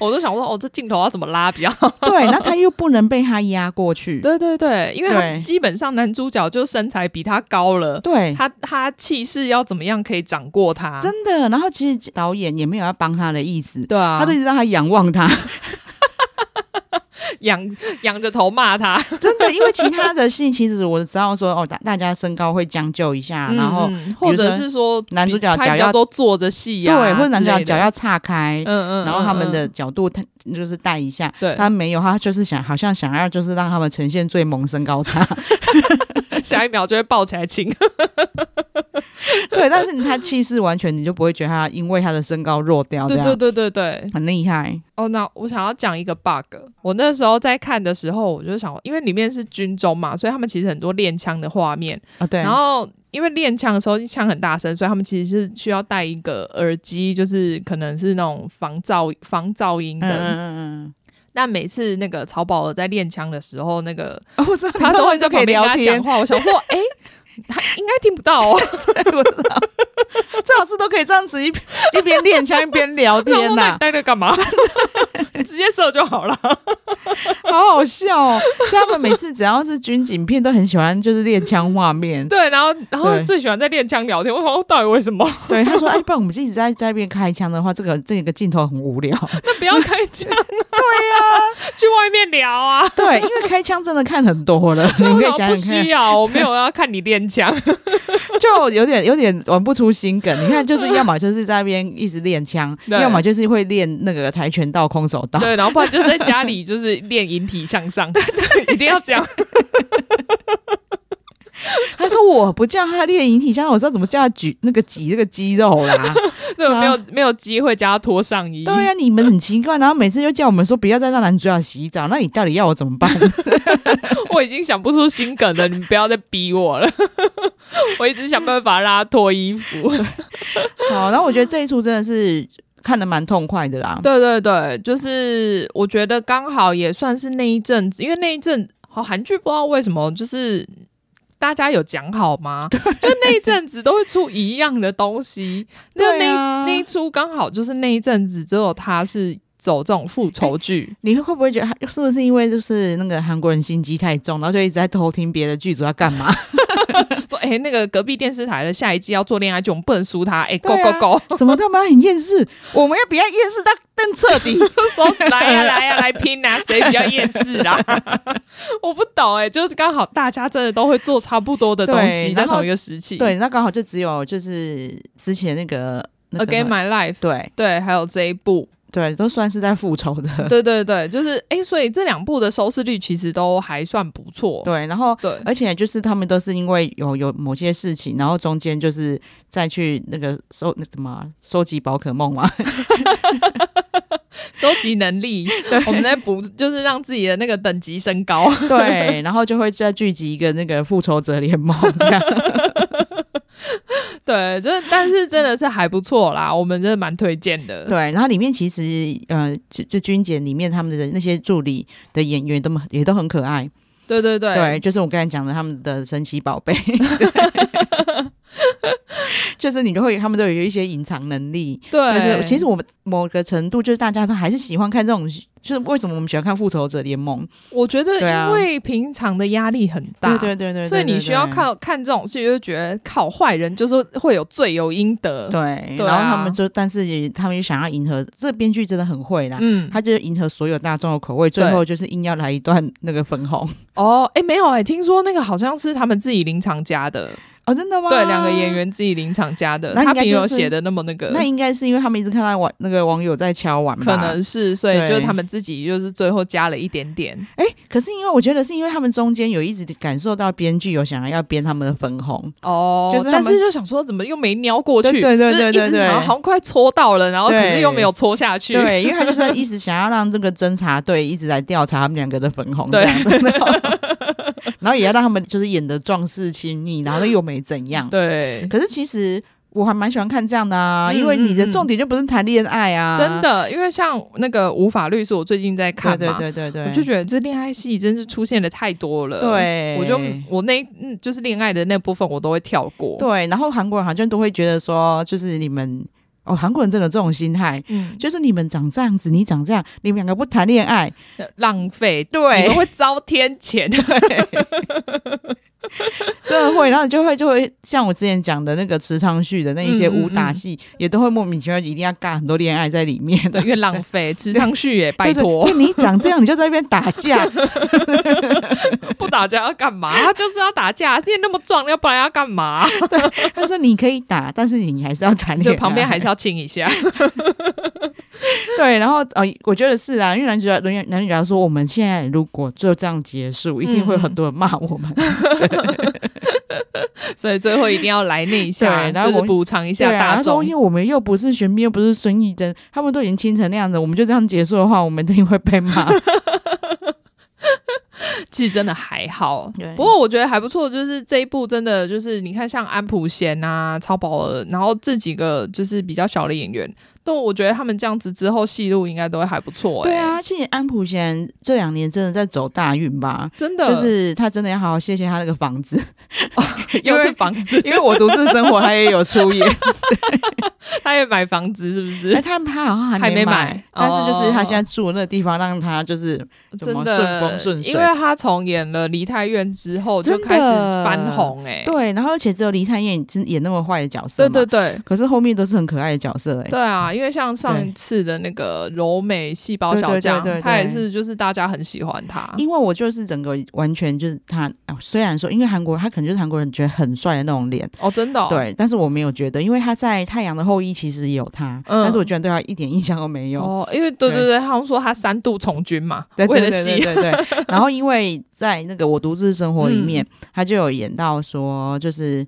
Speaker 2: 我都想说，哦，这镜头要怎么拉比较好？
Speaker 1: 对，那他又不能被他压过 去，
Speaker 2: 对对对，因为他
Speaker 1: 对
Speaker 2: 基本上男主角就身材比他高了，
Speaker 1: 对，
Speaker 2: 他他气势要怎么样可以掌过他？
Speaker 1: 真的。然后其实导演也没有要帮他的意思，
Speaker 2: 对啊，
Speaker 1: 他都一直让他仰望他，
Speaker 2: 仰仰着头骂他，
Speaker 1: 真的，因为其他的戏其实我知道说哦，大大家身高会将就一下，啊然后
Speaker 2: 嗯嗯或
Speaker 1: 比如
Speaker 2: 者
Speaker 1: 说
Speaker 2: 是说
Speaker 1: 男主角
Speaker 2: 比他
Speaker 1: 脚
Speaker 2: 比较
Speaker 1: 要
Speaker 2: 多坐着戏呀之类
Speaker 1: 对，
Speaker 2: 的，
Speaker 1: 或者男主角脚要岔开
Speaker 2: 嗯，嗯，
Speaker 1: 然后他
Speaker 2: 嗯
Speaker 1: 们
Speaker 2: 嗯
Speaker 1: 的角度他就是带一下。
Speaker 2: 对，
Speaker 1: 他没有，他就是想，好像想要就是让他们呈 现最萌身高差，
Speaker 2: 下一秒就会抱起来亲。
Speaker 1: 对，但是他气势完全，你就不会觉得他因为他的身高弱掉，这
Speaker 2: 对
Speaker 1: 样
Speaker 2: 对对对对，
Speaker 1: 很厉害。
Speaker 2: 哦，那我想要讲一个 bug。我那时候在看的时候，我就想，因为里面是军中嘛，所以他们其实很多练枪的画面。
Speaker 1: 啊，对，
Speaker 2: 然后因为练枪的时候枪很大声，所以他们其实是需要戴一个耳机，就是可能是那种防噪防噪音
Speaker 1: 嗯
Speaker 2: 的。
Speaker 1: 嗯嗯
Speaker 2: 但每次那个曹宝儿在练枪的时候，那个
Speaker 1: 嗯，我知道
Speaker 2: 他都会在
Speaker 1: 可
Speaker 2: 旁
Speaker 1: 以
Speaker 2: 边跟
Speaker 1: 聊
Speaker 2: 他
Speaker 1: 天
Speaker 2: 讲，话。我想说，哎、他应该听不到哦。
Speaker 1: 最好是都可以这样子一一边练枪一边聊
Speaker 2: 那
Speaker 1: 天
Speaker 2: 我那
Speaker 1: 呐
Speaker 2: 你、戴着干嘛？你直接射就好了。
Speaker 1: 好好笑哦！所以他们每次只要是军警片，都很喜欢就是练枪画面。
Speaker 2: 对，然后然后
Speaker 1: 对
Speaker 2: 最喜欢在练枪聊天。我想说，哦到底为什么？
Speaker 1: 对，他说：“哎，不然我们一直在在那边开枪的话，这个这个镜头很无聊。
Speaker 2: 那不要 开枪、啊，对呀、去外面聊啊。”
Speaker 1: 对，因为开枪真的看很多 了，你可以
Speaker 2: 我
Speaker 1: 想
Speaker 2: 不
Speaker 1: 想看
Speaker 2: 需，要，我没有要看你练枪。
Speaker 1: 就有点有点玩不出心梗。你看，就是要么就是在那边一直练 枪，
Speaker 2: 对
Speaker 1: 要么就是会练那个跆拳道、空手道。
Speaker 2: 对，然后不然就在家里就是练引体向上，一定要这样。
Speaker 1: 他说：“我不叫他练引体向上，我知道怎么叫他举那个挤那个肌肉 啦。”
Speaker 2: 对，没有没有机会加脱上衣。
Speaker 1: 对呀、啊你们很奇怪，然后每次又叫我们说不要再让男主角洗澡，那你到底要我怎 么办？
Speaker 2: 我已经想不出新梗了，你们不要再逼我了。 我一直想办法让他脱衣服。
Speaker 1: 好，然后我觉得这一出真的是看得蛮痛快的啦。
Speaker 2: 对对对，就是我觉得刚好也算是那一阵子，因为那一阵好韩剧不知道为什么就是。大家有讲好吗？ 就那一阵子都会出一样的东西，那
Speaker 1: 对
Speaker 2: 那、
Speaker 1: 啊
Speaker 2: 那一出刚好就是那一阵子只有他是走这种复仇剧，
Speaker 1: 你会不会觉得他是不是因为就是那个韩国人心机太重，然后就一直在偷听别的剧组要干嘛？
Speaker 2: 说哎、那个隔壁电视台的下一季要做恋爱剧，我们不能输他，哎、g
Speaker 1: 对
Speaker 2: o
Speaker 1: 啊
Speaker 2: go go，
Speaker 1: 什么他妈很厌世， 我们要比他厌世到更彻底。
Speaker 2: 说来呀、来呀、来拼啊，谁比较厌世啦？ 我不懂哎、就是刚好大家真的都会做差不多的东西，
Speaker 1: 对
Speaker 2: 在
Speaker 1: 然后
Speaker 2: 同一个时 期，
Speaker 1: 对，那刚好就只有就是之前那个那个
Speaker 2: ，Again My Life，
Speaker 1: 对
Speaker 2: 对，还有这一 部，
Speaker 1: 对，都算是在复仇 的。
Speaker 2: 对对对，就是哎、诶所以这两部的收视率其实都还算不错，
Speaker 1: 对，然后
Speaker 2: 对
Speaker 1: 而且就是他们都是因为有有某些事情，然后中间就是再去那个收那什么啊收集宝可 梦嘛，
Speaker 2: 收集能 力，我们在补，就是让自己的那个等级升高，
Speaker 1: 对，然后就会再聚集一个那个复仇者联盟这样。
Speaker 2: 对，就是但是真的是还不错啦，我们真的蛮推荐的，
Speaker 1: 对，然后里面其实呃，就就军姐里面他们的那些助理的演员都蛮也都很可爱，
Speaker 2: 对对对
Speaker 1: 对，就是我刚才讲的他们的神奇宝 贝。就是你就会，他们都有一些隐藏能力，
Speaker 2: 对，
Speaker 1: 就是其实我们某个程度，就是大家都还是喜欢看这种，就是为什么我们喜欢看《复仇者联盟》？
Speaker 2: 我觉得
Speaker 1: 对啊
Speaker 2: 因为平常的压力很大，
Speaker 1: 对对对对，
Speaker 2: 所以
Speaker 1: 对
Speaker 2: 你需要。看看这种戏，就觉得靠坏人就是会有罪有应得。
Speaker 1: 对对，
Speaker 2: 对
Speaker 1: 然后
Speaker 2: 啊
Speaker 1: 他们就，但是也他们就想要迎合，这编剧真的很会啦，
Speaker 2: 嗯，
Speaker 1: 他就是迎合所有大众的口味，最
Speaker 2: 对
Speaker 1: 后就是硬要来一段那个粉红。
Speaker 2: 哦，哎，没有哎，听说那个好像是他们自己临场加的，
Speaker 1: 哦，真的吗？
Speaker 2: 对，两个演。员自己临场加的，
Speaker 1: 那应
Speaker 2: 他
Speaker 1: 该
Speaker 2: 没有
Speaker 1: 就是
Speaker 2: 写的那么那个，
Speaker 1: 那应该是因为他们一直看到网那个网友在敲碗吧？
Speaker 2: 可能是，所以
Speaker 1: 对
Speaker 2: 就是他们自己就是最后加了一点点。
Speaker 1: 哎，可是因为我觉得是因为他们中间有一直感受到编剧有想要要编他们的粉红，
Speaker 2: 哦
Speaker 1: 就是他
Speaker 2: 但
Speaker 1: 们
Speaker 2: 是就想说怎么又没瞄过去，
Speaker 1: 对对对
Speaker 2: 就是
Speaker 1: 对
Speaker 2: 一直
Speaker 1: 对
Speaker 2: 想好像快戳到了，然后可是
Speaker 1: 对
Speaker 2: 又没有戳下去，
Speaker 1: 对，因为他就是一直想要让这个侦查队一直来调查他们两个的粉 红，
Speaker 2: 对
Speaker 1: 这样子，然后 然后也要让他们就是演的壮士亲密，然后又没怎样。
Speaker 2: 对，
Speaker 1: 可是其实我还蛮喜欢看这样的啊，
Speaker 2: 嗯
Speaker 1: 因为你的重点就不是谈恋爱啊，
Speaker 2: 真。的，因为像那个无法律是我最近在看
Speaker 1: 对
Speaker 2: 嘛，
Speaker 1: 对对对对，
Speaker 2: 我就觉得这恋爱戏真是出现的太多了。，
Speaker 1: 对，
Speaker 2: 我就我那嗯，就是恋爱的那部分我都会跳过。，
Speaker 1: 对，然后韩国人好像都会觉得说，就是你们哦，韩国人真的有这种心态。
Speaker 2: 嗯，
Speaker 1: 就是你们长这样子，你长这样，你们两个不谈恋爱，
Speaker 2: 浪费，
Speaker 1: 对
Speaker 2: 你们会遭天谴。
Speaker 1: 真的会，然后你就会就 会像我之前讲的那个池昌旭的那一些
Speaker 2: 嗯嗯
Speaker 1: 武打戏，也都会莫名其妙一定要尬很多恋爱在里面。
Speaker 2: 对，因为浪费，池昌旭耶， 拜
Speaker 1: 就是
Speaker 2: 托，
Speaker 1: 哎你长这样你就在那边打架，
Speaker 2: 不打架要干嘛？他就是要打架，练那么壮，要不然要干 嘛？
Speaker 1: 他说你可以打，但是你还是要谈恋爱。啊
Speaker 2: 就旁边还是要亲一下。
Speaker 1: 对，然后呃，我觉得是啊，因为男主角男男主角说，我们现在
Speaker 2: 嗯
Speaker 1: 如果就这样结束，一定会有很多人骂我们。
Speaker 2: 所以最后一定要来那一下，
Speaker 1: 对然后
Speaker 2: 就是
Speaker 1: 我
Speaker 2: 补偿一
Speaker 1: 对
Speaker 2: 下
Speaker 1: 啊，
Speaker 2: 大
Speaker 1: 他说
Speaker 2: 众
Speaker 1: 因。为我们又不是玄彬，又不是孙艺珍，他们都已经亲成那样子，我们就这样结束的话，我们一定会被 骂。
Speaker 2: 其实真的还好
Speaker 1: 对，
Speaker 2: 不过我觉得还不错，就是这一部真的就是你看像安普贤啊、超宝儿，然后这几个就是比较小的演员，但我觉得他们这样子之后戏路应该都会还不错、欸。
Speaker 1: 对，啊，其实安普贤这两年真的在走大运吧，
Speaker 2: 真的
Speaker 1: 就是他真的要好好谢谢他那个房子，
Speaker 2: 哦又是房子，
Speaker 1: 因为我独自生活，他也有出 演，
Speaker 2: 他也买房子是不
Speaker 1: 哎，
Speaker 2: 是？
Speaker 1: 他他好像还
Speaker 2: 还没
Speaker 1: 买
Speaker 2: 买，
Speaker 1: 但是就是他
Speaker 2: 哦
Speaker 1: 现在住的那个地方，让他就是怎
Speaker 2: 真
Speaker 1: 么
Speaker 2: 的
Speaker 1: 顺风顺水
Speaker 2: 因为他从演了《梨泰院》之后就
Speaker 1: 真的
Speaker 2: 开始翻红、欸，哎，
Speaker 1: 对，然后而且只有黎灿燕真演那么坏的角色，
Speaker 2: 对对，对。
Speaker 1: 可是后面都是很可爱的角色，哎，
Speaker 2: 对啊，因为像上
Speaker 1: 对
Speaker 2: 一次的那个柔美细胞
Speaker 1: 对对
Speaker 2: 小
Speaker 1: 对
Speaker 2: 将
Speaker 1: 对对，
Speaker 2: 他也是就是大家很喜欢他，
Speaker 1: 因为我就是整个完全就是他，啊虽然说因为韩国他可能就是韩国人觉得很帅的那种脸，
Speaker 2: 哦，真的、哦，
Speaker 1: 对，但是我没有觉得，因为他在《太阳的后裔》其实也有他，
Speaker 2: 嗯
Speaker 1: 但是我居然对他一点印象都没有。
Speaker 2: 哦，因为对
Speaker 1: 对
Speaker 2: 对对，他们说他三度从军嘛，
Speaker 1: 对
Speaker 2: 为
Speaker 1: 对
Speaker 2: 了
Speaker 1: 对对
Speaker 2: 戏，
Speaker 1: 对对。 然后因为在那个我独自生活里面，
Speaker 2: 嗯
Speaker 1: 他就有演到说，就是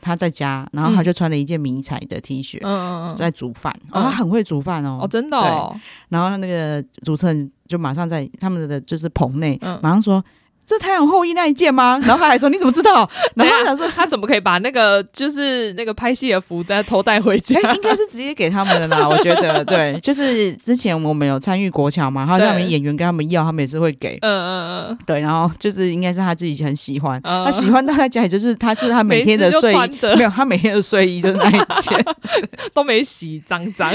Speaker 1: 他在家，然后他就穿了一件迷彩的 T 恤。
Speaker 2: 嗯嗯嗯嗯，
Speaker 1: 在煮饭，哦，
Speaker 2: 嗯
Speaker 1: 他很会煮饭哦。
Speaker 2: 哦，真的哦，
Speaker 1: 然后那个主持人就马上在他们的就是棚内，
Speaker 2: 嗯
Speaker 1: 马上说：“这太阳后裔那一件吗？” 然后他还说：“你怎么知道？” 然后我想说：“
Speaker 2: 他怎么可以把那个就是那个拍戏的服带头带回家？
Speaker 1: 哎，应该是直接给他们的啦，我觉得对，就是之前我们有参与国桥嘛，然后
Speaker 2: 对
Speaker 1: 他们演员跟他们要，他们也是会给。
Speaker 2: 嗯嗯嗯，
Speaker 1: 对，然后就是应该是他自己很喜欢，
Speaker 2: 嗯
Speaker 1: 他喜欢到在家里就是他是他每天的
Speaker 2: 每次就
Speaker 1: 睡
Speaker 2: 穿
Speaker 1: 衣，
Speaker 2: 着
Speaker 1: 没有他每天的睡衣就是那一件。
Speaker 2: 都没洗，脏 脏。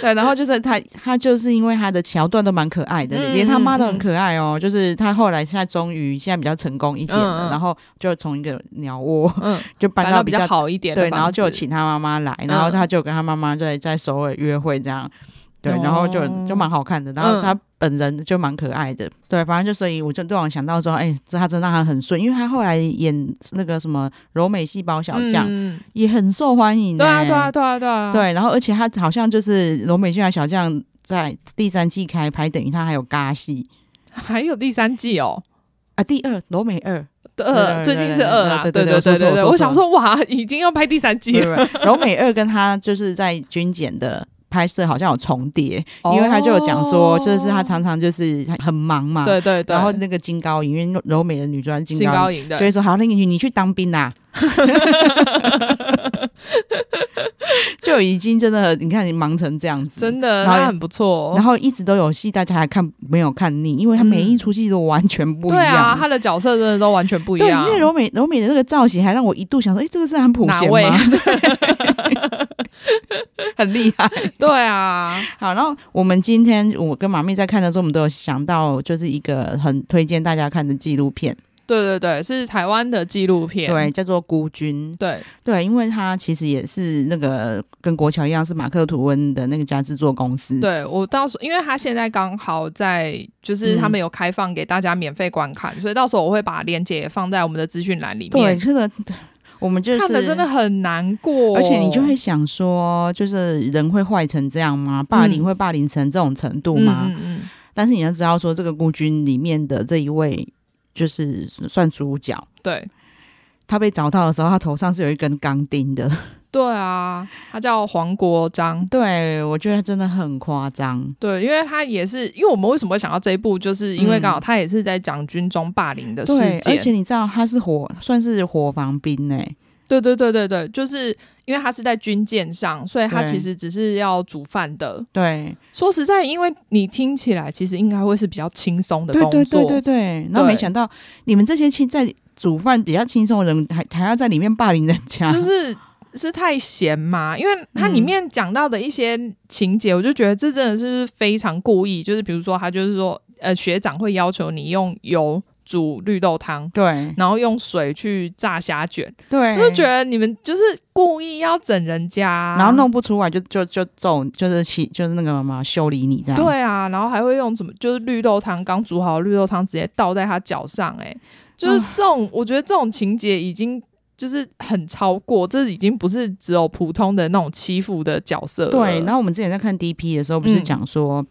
Speaker 1: 对，然后就是他他就是因为他的桥段都蛮可爱的，
Speaker 2: 嗯
Speaker 1: 连他妈都很可爱哦。就是他后来现在终于现在比较成功一点了，
Speaker 2: 嗯嗯
Speaker 1: 然后就从一个鸟窝
Speaker 2: 嗯，
Speaker 1: 就搬
Speaker 2: 搬
Speaker 1: 到
Speaker 2: 到
Speaker 1: 比
Speaker 2: 比
Speaker 1: 较
Speaker 2: 较好一点的
Speaker 1: 对，
Speaker 2: 房子，
Speaker 1: 然后就有请他妈妈来，然后
Speaker 2: 嗯
Speaker 1: 他就跟他妈妈在在首尔约会这样，对，然后就
Speaker 2: 哦
Speaker 1: 就蛮好看的，然后
Speaker 2: 嗯
Speaker 1: 他本人就蛮可爱的，对，反正就所以我就突然想到说，哎、这他真的让他很顺，因为他后来演那个什么柔美细胞小将、
Speaker 2: 嗯
Speaker 1: 也很受欢迎、
Speaker 2: 对啊，
Speaker 1: 哎
Speaker 2: 对啊，对啊，对啊，
Speaker 1: 对，然后而且他好像就是柔美细胞小将。在第三季开拍，等于他还有尬戏
Speaker 2: 还有第三季哦。
Speaker 1: 啊！第二柔美二，
Speaker 2: 二
Speaker 1: 对对对
Speaker 2: 最近是二啦，
Speaker 1: 对对
Speaker 2: 对
Speaker 1: 对我说错
Speaker 2: 对对
Speaker 1: 我
Speaker 2: 对，
Speaker 1: 说
Speaker 2: 我想
Speaker 1: 错
Speaker 2: 说哇，已经要拍第三季
Speaker 1: 对
Speaker 2: 了，
Speaker 1: 不对？柔美二跟他就是在军检的拍摄好像有重叠，
Speaker 2: 哦
Speaker 1: 因为他就有讲说，就是他常常就是很忙嘛，
Speaker 2: 哦，对对对，
Speaker 1: 然后那个金高银，因为柔美的女专金
Speaker 2: 金
Speaker 1: 高
Speaker 2: 高
Speaker 1: 银，
Speaker 2: 银的
Speaker 1: 就，会说好，那个你你去当兵啊啦、 就已经真的，你看你忙成这样子，
Speaker 2: 真的，
Speaker 1: 然后
Speaker 2: 那很不错。哦
Speaker 1: 然后一直都有戏，大家还看没有看腻，因为他每一出戏都完全不一
Speaker 2: 对啊，
Speaker 1: 样。
Speaker 2: 他的角色真的都完全不一
Speaker 1: 对，
Speaker 2: 样。
Speaker 1: 因为柔美柔美的那个造型，还让我一度想说，哎，这个是安普
Speaker 2: 哪
Speaker 1: 贤
Speaker 2: 位
Speaker 1: 吗？ 很厉害。
Speaker 2: 对啊，
Speaker 1: 好，然后我们今天我跟马妹在看的时候，我们都有想到，就是一个很推荐大家看的纪录片，
Speaker 2: 对对对，是台湾的纪录片。
Speaker 1: 对，叫做《孤军》。
Speaker 2: 对
Speaker 1: 对，因为它其实也是那个跟国桥一样，是马克吐温的那个家制作公司。
Speaker 2: 对，我到时候因为他现在刚好在，就是
Speaker 1: 嗯
Speaker 2: 他们有开放给大家免费观看，所以到时候我会把链接也放在我们的资讯栏里
Speaker 1: 对，
Speaker 2: 面。
Speaker 1: 是的，我们就是
Speaker 2: 看的真的很难过，
Speaker 1: 而且你就会想说，就是人会坏成这样吗？霸凌
Speaker 2: 嗯
Speaker 1: 会霸凌成这种程度
Speaker 2: 嗯
Speaker 1: 吗？
Speaker 2: 嗯嗯，
Speaker 1: 但是你要知道说，这个孤军里面的这一位就是算主角，
Speaker 2: 对
Speaker 1: 他被找到的时候，他头上是有一根钢钉 的。
Speaker 2: 对啊，他叫黄国章。
Speaker 1: 对，我觉得真的很夸张。
Speaker 2: 对，因为他也是，因为我们为什么会想到这一部，就是因为刚好他也是在讲军中霸凌的事
Speaker 1: 嗯对，
Speaker 2: 件，
Speaker 1: 而且你知道他是火，算是火防兵欸呢、
Speaker 2: 对对对对对，就是因为他是在军舰上，所以他
Speaker 1: 对
Speaker 2: 其实只是要煮饭的。
Speaker 1: 对，
Speaker 2: 说实在，因为你听起来其实应该会是比较轻松的
Speaker 1: 对
Speaker 2: 工作，
Speaker 1: 对对对对。然后没想到你们这些轻在煮饭比较轻松的人，还还要在里面霸凌人家，
Speaker 2: 就是是太闲嘛。因为它里面讲到的一些情节，我就觉得这真的是非常故意。就是比如说，他就是说，呃，学长会要求你用油煮绿豆汤，
Speaker 1: 对
Speaker 2: 然后用水去炸虾卷，
Speaker 1: 对，
Speaker 2: 我就觉。得你们就是故意要整人家，
Speaker 1: 然后弄不出来就就就揍，就是起就是那个什么修理你这样。
Speaker 2: 对啊，然后还会用什么，就是绿豆汤刚煮好的绿豆汤直接倒在他脚上、欸，就是
Speaker 1: 啊
Speaker 2: 这种，我觉得这种情节已经就是很超过，这已经不是只有普通的那种欺负的角色了
Speaker 1: 对，然后我们之前在看 DP 的时候，不是
Speaker 2: 嗯
Speaker 1: 讲说。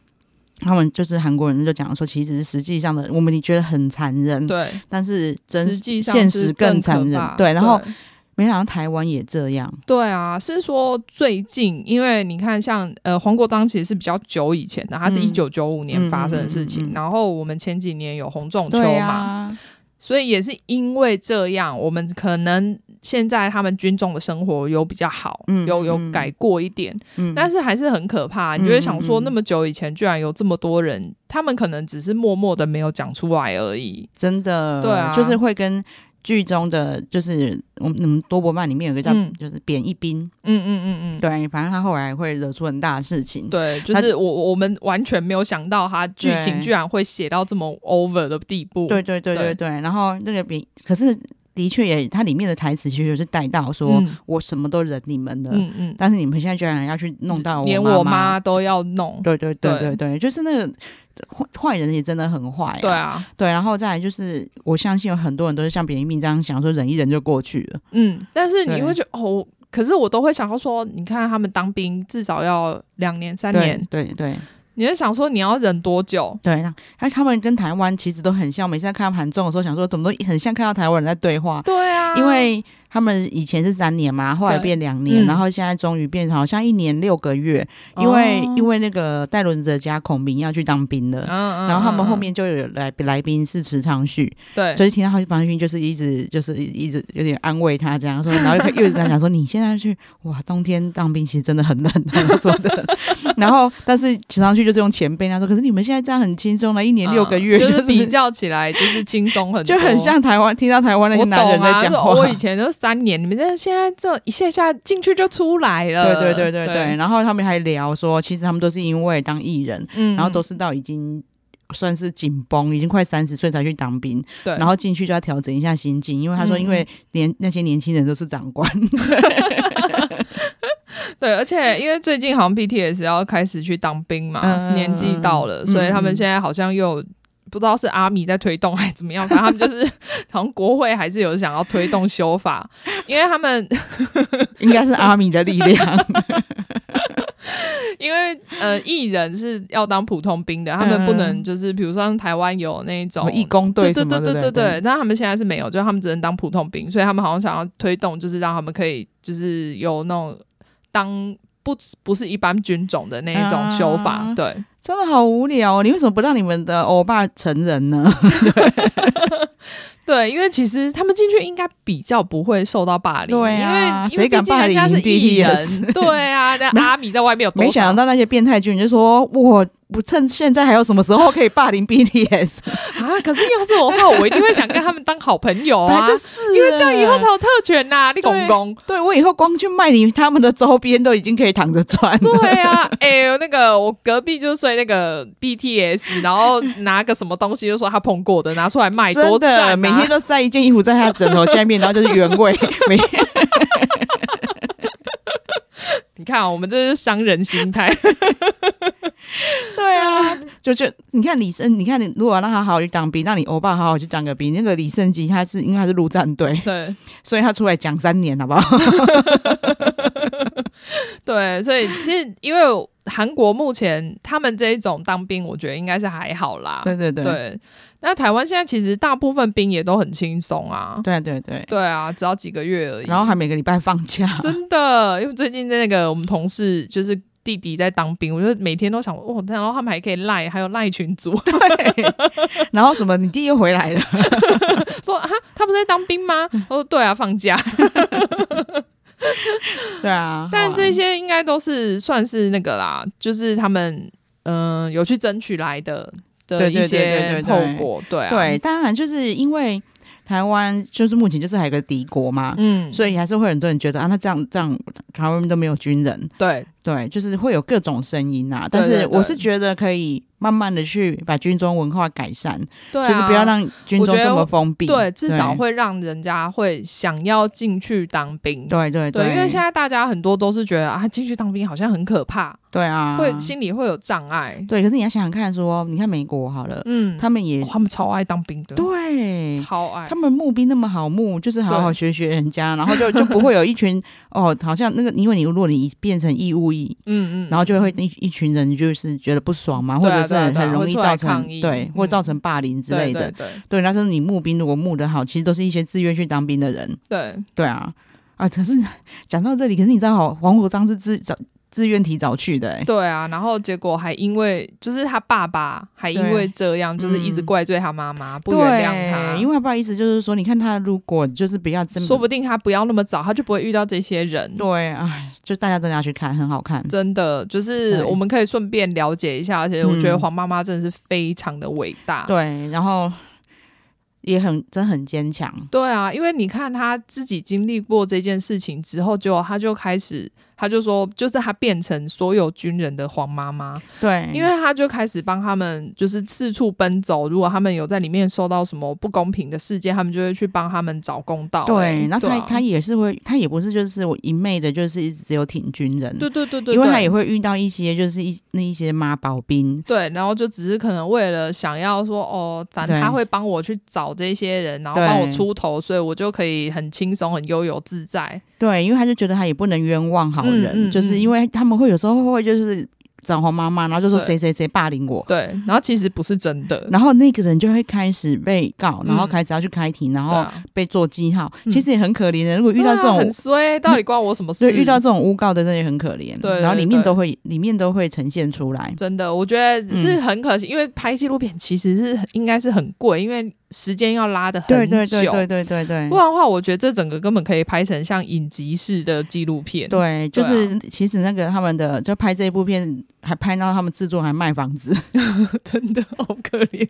Speaker 1: 他们就是韩国人就讲说，其实实际上的我们你觉得很残忍，
Speaker 2: 对，
Speaker 1: 但是真
Speaker 2: 实际上
Speaker 1: 现
Speaker 2: 是
Speaker 1: 实
Speaker 2: 更可
Speaker 1: 残忍
Speaker 2: 怕。
Speaker 1: 对，然后没想到台湾也这样。
Speaker 2: 对啊，是说最近，因为你看像，呃黄国章其实是比较久以前的，他是
Speaker 1: 嗯
Speaker 2: 一九九五年发生的事
Speaker 1: 嗯
Speaker 2: 情。
Speaker 1: 嗯嗯嗯嗯
Speaker 2: 然后我们前几年有红中秋
Speaker 1: 对
Speaker 2: 嘛，
Speaker 1: 啊，
Speaker 2: 所以也是因为这样，我们可能现在他们军中的生活有比较好，
Speaker 1: 嗯
Speaker 2: 有有
Speaker 1: 嗯
Speaker 2: 改过一点，
Speaker 1: 嗯，
Speaker 2: 但是还是很可怕。你就会想
Speaker 1: 嗯
Speaker 2: 说，
Speaker 1: 嗯嗯
Speaker 2: 那么久以前居然有这么多人，他们可能只是默默的没有讲出来而已。
Speaker 1: 真的，
Speaker 2: 对啊
Speaker 1: 就是会跟剧中的，就是我们我们多伯曼里面有一个叫、
Speaker 2: 嗯
Speaker 1: 就是扁一兵，
Speaker 2: 嗯嗯嗯嗯，
Speaker 1: 对，反正他后来会惹出很大的事情。
Speaker 2: 对，就是我我们完全没有想到，他剧情
Speaker 1: 对
Speaker 2: 居然会写到这么 over 的地步。
Speaker 1: 对对对对对，然后那个扁，可是的确也，它里面的台词其实就是带到说、
Speaker 2: 嗯
Speaker 1: 我什么都忍你们了，
Speaker 2: 嗯嗯，
Speaker 1: 但是你们现在居然要去弄到
Speaker 2: 连
Speaker 1: 我
Speaker 2: 我
Speaker 1: 妈
Speaker 2: 妈都要弄。
Speaker 1: 对对对
Speaker 2: 对
Speaker 1: 对对，就是那个坏坏人也真的很坏、
Speaker 2: 对，啊，
Speaker 1: 对，然后再来就是，我相信有很多人都是像扁一命这样想，说忍一忍就过去了。
Speaker 2: 嗯，但是你
Speaker 1: 对
Speaker 2: 会觉得哦，可是我都会想到说，你看他们当兵至少要两年三
Speaker 1: 对
Speaker 2: 年，
Speaker 1: 对对
Speaker 2: 你会想说你要忍多久？
Speaker 1: 对，那那他们跟台湾其实都很像，每次在看他们韩综的时候，想说怎么都很像看到台湾人在对话，
Speaker 2: 对啊，
Speaker 1: 因为他们以前是三年嘛，后来
Speaker 2: 对
Speaker 1: 变两年，
Speaker 2: 嗯
Speaker 1: 然后现在终于变成好像一年六个月，因为、
Speaker 2: 哦
Speaker 1: 因为那个带轮子的家孔明要去当兵了。
Speaker 2: 嗯嗯，
Speaker 1: 然后他们
Speaker 2: 嗯
Speaker 1: 后面就有来来宾是池昌旭，
Speaker 2: 对
Speaker 1: 所以听到他去庞旭就是一直就是一直有点安慰他这样说，然后又又一直在讲说你现在去哇，冬天当兵其实真的很冷，啊他们说 的。然后但是池昌旭就是用前辈他说，可是你们现在这样很轻松了，一年
Speaker 2: 嗯
Speaker 1: 六个月
Speaker 2: 就是
Speaker 1: 是
Speaker 2: 比较起来就是轻松很 多，
Speaker 1: 就很像台湾听到台湾那
Speaker 2: 我
Speaker 1: 些
Speaker 2: 懂
Speaker 1: 男人在讲
Speaker 2: 啊，就是
Speaker 1: 话。
Speaker 2: 我以前都三年，你们这现在这一下下进去就出来了，
Speaker 1: 对对对对对，然后他们还聊说，其实他们都是因为当艺人，
Speaker 2: 嗯，
Speaker 1: 然后都是到已经算是紧绷，已经快三十岁才去当兵，
Speaker 2: 对，
Speaker 1: 然后进去就要调整一下心境，因为他说，
Speaker 2: 嗯
Speaker 1: 因为年、那些年轻人都是长 官，
Speaker 2: 对，而且因为最近好像 BTS 要开始去当兵嘛，
Speaker 1: 嗯
Speaker 2: 年纪到了，
Speaker 1: 嗯
Speaker 2: 所以他们
Speaker 1: 嗯
Speaker 2: 现在好像又有。不知道是阿米在推动还是怎 么样，反正他们就是嗯好像国会还是有想要推动 修法，因为他们
Speaker 1: 应该是阿米的力 量。
Speaker 2: 因为呃艺人是要当普通兵的，他们不能就是比如说像台湾有那
Speaker 1: 嗯什
Speaker 2: 种
Speaker 1: 么义工队
Speaker 2: 对
Speaker 1: 什
Speaker 2: 对
Speaker 1: 么
Speaker 2: 对
Speaker 1: 的，
Speaker 2: 对
Speaker 1: 不对，
Speaker 2: 对，但他们现在是没有，就他们只能当普通兵，所以他们好像想要推动，就是让他们可以就是有那种当不不是一般军种的那一种修法，
Speaker 1: 啊
Speaker 2: 对。
Speaker 1: 真的好无聊哦！你为什么不让你们的欧巴成人呢？
Speaker 2: 对，因为其实他们进去应该比较不会受到霸凌，
Speaker 1: 对啊
Speaker 2: 因为因为
Speaker 1: 谁敢
Speaker 2: 毕竟
Speaker 1: 霸
Speaker 2: 人
Speaker 1: 凌
Speaker 2: 家是艺
Speaker 1: BTS
Speaker 2: 人， 对啊，那
Speaker 1: 没
Speaker 2: 阿米在外面有多
Speaker 1: 没想
Speaker 2: 少？
Speaker 1: 到那些变态军人就说，我不趁现在还有什么时候可以霸凌 BTS？
Speaker 2: 啊！可是要是我 的话，我一定会想跟他们当好朋友
Speaker 1: 本
Speaker 2: 啊，
Speaker 1: 来就是啊，
Speaker 2: 因为这样以后才有特权呐、你公公。
Speaker 1: 对我以后光去卖你他们的周边都已经可以躺着穿了。
Speaker 2: 对啊，哎、呦，那个我隔壁就睡那个 BTS，然后拿个什么东西就说他碰过的，拿出来卖，
Speaker 1: 真
Speaker 2: 多赞、
Speaker 1: 的，
Speaker 2: 啊！
Speaker 1: 每天都塞一件衣服在他枕头下面，然后就是原 味。每天
Speaker 2: 你看、啊我们这是商人心 态，
Speaker 1: 对啊，就就你看李胜，你看你如果让他好好去当兵，让你欧巴好好去当个兵，那个李胜基他是因为他是陆战队，
Speaker 2: 对
Speaker 1: 所以他出来讲三年，好不好？
Speaker 2: 对，所以其实因为韩国目前他们这一种当兵，我觉得应该是还好啦。
Speaker 1: 对对对对
Speaker 2: 对，那台湾现在其实大部分兵也都很轻松啊，
Speaker 1: 对对对，
Speaker 2: 对啊，只要几个月而已。
Speaker 1: 然后还每个礼拜放假，
Speaker 2: 真的， 因为最近那个我们同事就是弟弟在当兵，我就每天都想，哦，然后他们还可以赖，还有赖群组，
Speaker 1: 然后什么你弟又回来了，
Speaker 2: 说啊，他不是在当兵吗？
Speaker 1: 嗯
Speaker 2: 我说对啊，放 假。
Speaker 1: 对啊。
Speaker 2: 但这
Speaker 1: 些
Speaker 2: 些应该都是算是那个啦，就是他们嗯、呃有去争取来的的
Speaker 1: 对
Speaker 2: 一
Speaker 1: 对对
Speaker 2: 些
Speaker 1: 对对
Speaker 2: 后
Speaker 1: 对
Speaker 2: 果，对啊，
Speaker 1: 对，，当然就是因为台湾就是目前就是还有个敌国嘛，
Speaker 2: 嗯，
Speaker 1: 所以还是会很多人觉得啊，那这样这样台湾都没有军人，
Speaker 2: 对
Speaker 1: 对，就是会有各种声音啊。
Speaker 2: 对
Speaker 1: 但
Speaker 2: 对
Speaker 1: 是我
Speaker 2: 对
Speaker 1: 是觉得可以慢慢的去把军中文化改善，
Speaker 2: 对、啊，
Speaker 1: 就是不要让军
Speaker 2: 我
Speaker 1: 中
Speaker 2: 觉得
Speaker 1: 这么封闭，
Speaker 2: 对，至少
Speaker 1: 对
Speaker 2: 会让人家会想要进去当兵。
Speaker 1: 对对
Speaker 2: 对，因为现在大家很多都是觉得啊，进去当兵好像很可怕，
Speaker 1: 对啊，
Speaker 2: 会心里会有障碍。
Speaker 1: 对，可是你要想想看说你看美国好了，
Speaker 2: 嗯，
Speaker 1: 他们也
Speaker 2: 哦他们超爱当兵的，
Speaker 1: 对，
Speaker 2: 超爱
Speaker 1: 他。们募兵那么好募，就是好好学学人家，然后就就不会有一群哦，好像那个，因为你如果你变成义务役，
Speaker 2: 嗯嗯，
Speaker 1: 然后就会一一群人就是觉得不爽嘛，或
Speaker 2: 对啊
Speaker 1: 者是
Speaker 2: 对啊
Speaker 1: 很
Speaker 2: 对啊
Speaker 1: 很容易
Speaker 2: 会出来
Speaker 1: 造成
Speaker 2: 抗议
Speaker 1: 对，或
Speaker 2: 嗯
Speaker 1: 造成霸凌之类的
Speaker 2: 对。对
Speaker 1: 对，但是你募兵如果募得好，其实都是一些自愿去当兵的人。
Speaker 2: 对
Speaker 1: 对啊，啊，可是讲到这里，可是你知道，哦黄国章是自早自愿提早去的、欸
Speaker 2: 对，对啊，然后结果还因为就是他爸爸还因为这样，就是一直
Speaker 1: 嗯
Speaker 2: 怪罪他妈妈，不原谅他，
Speaker 1: 对因为不好意思，就是说，你看他如果就是比较真，
Speaker 2: 说不定他不要那么早，他就不会遇到这些人。
Speaker 1: 对，哎，就大家真的要去看，很好看。
Speaker 2: 真的，就是
Speaker 1: 对
Speaker 2: 我们可以顺便了解一下，而且我觉得
Speaker 1: 嗯
Speaker 2: 黄妈妈真的是非常的伟大。
Speaker 1: 对，然后也很真很坚强，
Speaker 2: 对啊，因为你看他自己经历过这件事情之后，结果他就开始，他就说，就是他变成所有军人的黄妈妈，
Speaker 1: 对，
Speaker 2: 因为他就开始帮他们，就是四处奔走。如果他们有在里面受到什么不公平的事件，他们就会去帮他们找公道、
Speaker 1: 对，然后他、
Speaker 2: 对啊
Speaker 1: 他也是会，他也不是就是我一昧的，就是一直只有挺军人，
Speaker 2: 对对对对，
Speaker 1: 因为他
Speaker 2: 对
Speaker 1: 也会遇到一些就是一那一些妈宝兵，
Speaker 2: 对，然后就只是可能为了想要说哦，反正
Speaker 1: 对
Speaker 2: 他会帮我去找这些人，然后
Speaker 1: 对
Speaker 2: 帮我出头，所以我就可以很轻松、很悠游自在。
Speaker 1: 对，因为他就觉得他也不能冤枉好人，
Speaker 2: 嗯嗯
Speaker 1: 就是因为他们会有时候会就是找黄妈妈，然后就说
Speaker 2: 对
Speaker 1: 谁谁谁霸凌我，
Speaker 2: 对，然后其实不是真的。
Speaker 1: 然后那个人就会开始被告，
Speaker 2: 嗯
Speaker 1: 然后开始要去开庭，然
Speaker 2: 对
Speaker 1: 后
Speaker 2: 啊
Speaker 1: 被做记号。
Speaker 2: 嗯
Speaker 1: 其实也很可怜的，如果遇
Speaker 2: 对
Speaker 1: 到
Speaker 2: 啊
Speaker 1: 这种
Speaker 2: 很。衰，到底关我什么
Speaker 1: 对，
Speaker 2: 事？
Speaker 1: 遇到这种诬告的真的也很可怜，
Speaker 2: 对
Speaker 1: 然后里
Speaker 2: 对
Speaker 1: 面
Speaker 2: 对
Speaker 1: 都会里面都会呈现出来，
Speaker 2: 真的，我觉得是
Speaker 1: 嗯
Speaker 2: 很可惜，因为拍纪录片其实是很应该是很贵，因为时间要拉的很
Speaker 1: 对
Speaker 2: 久。
Speaker 1: 对对对对对对
Speaker 2: 不，然的话，我觉得这整个根本可以拍成像影集式的纪录片。
Speaker 1: 对，就
Speaker 2: 对啊
Speaker 1: 是其实那个他们的就拍这一部片，还拍到他们制作还卖房子，
Speaker 2: 真的好可怜。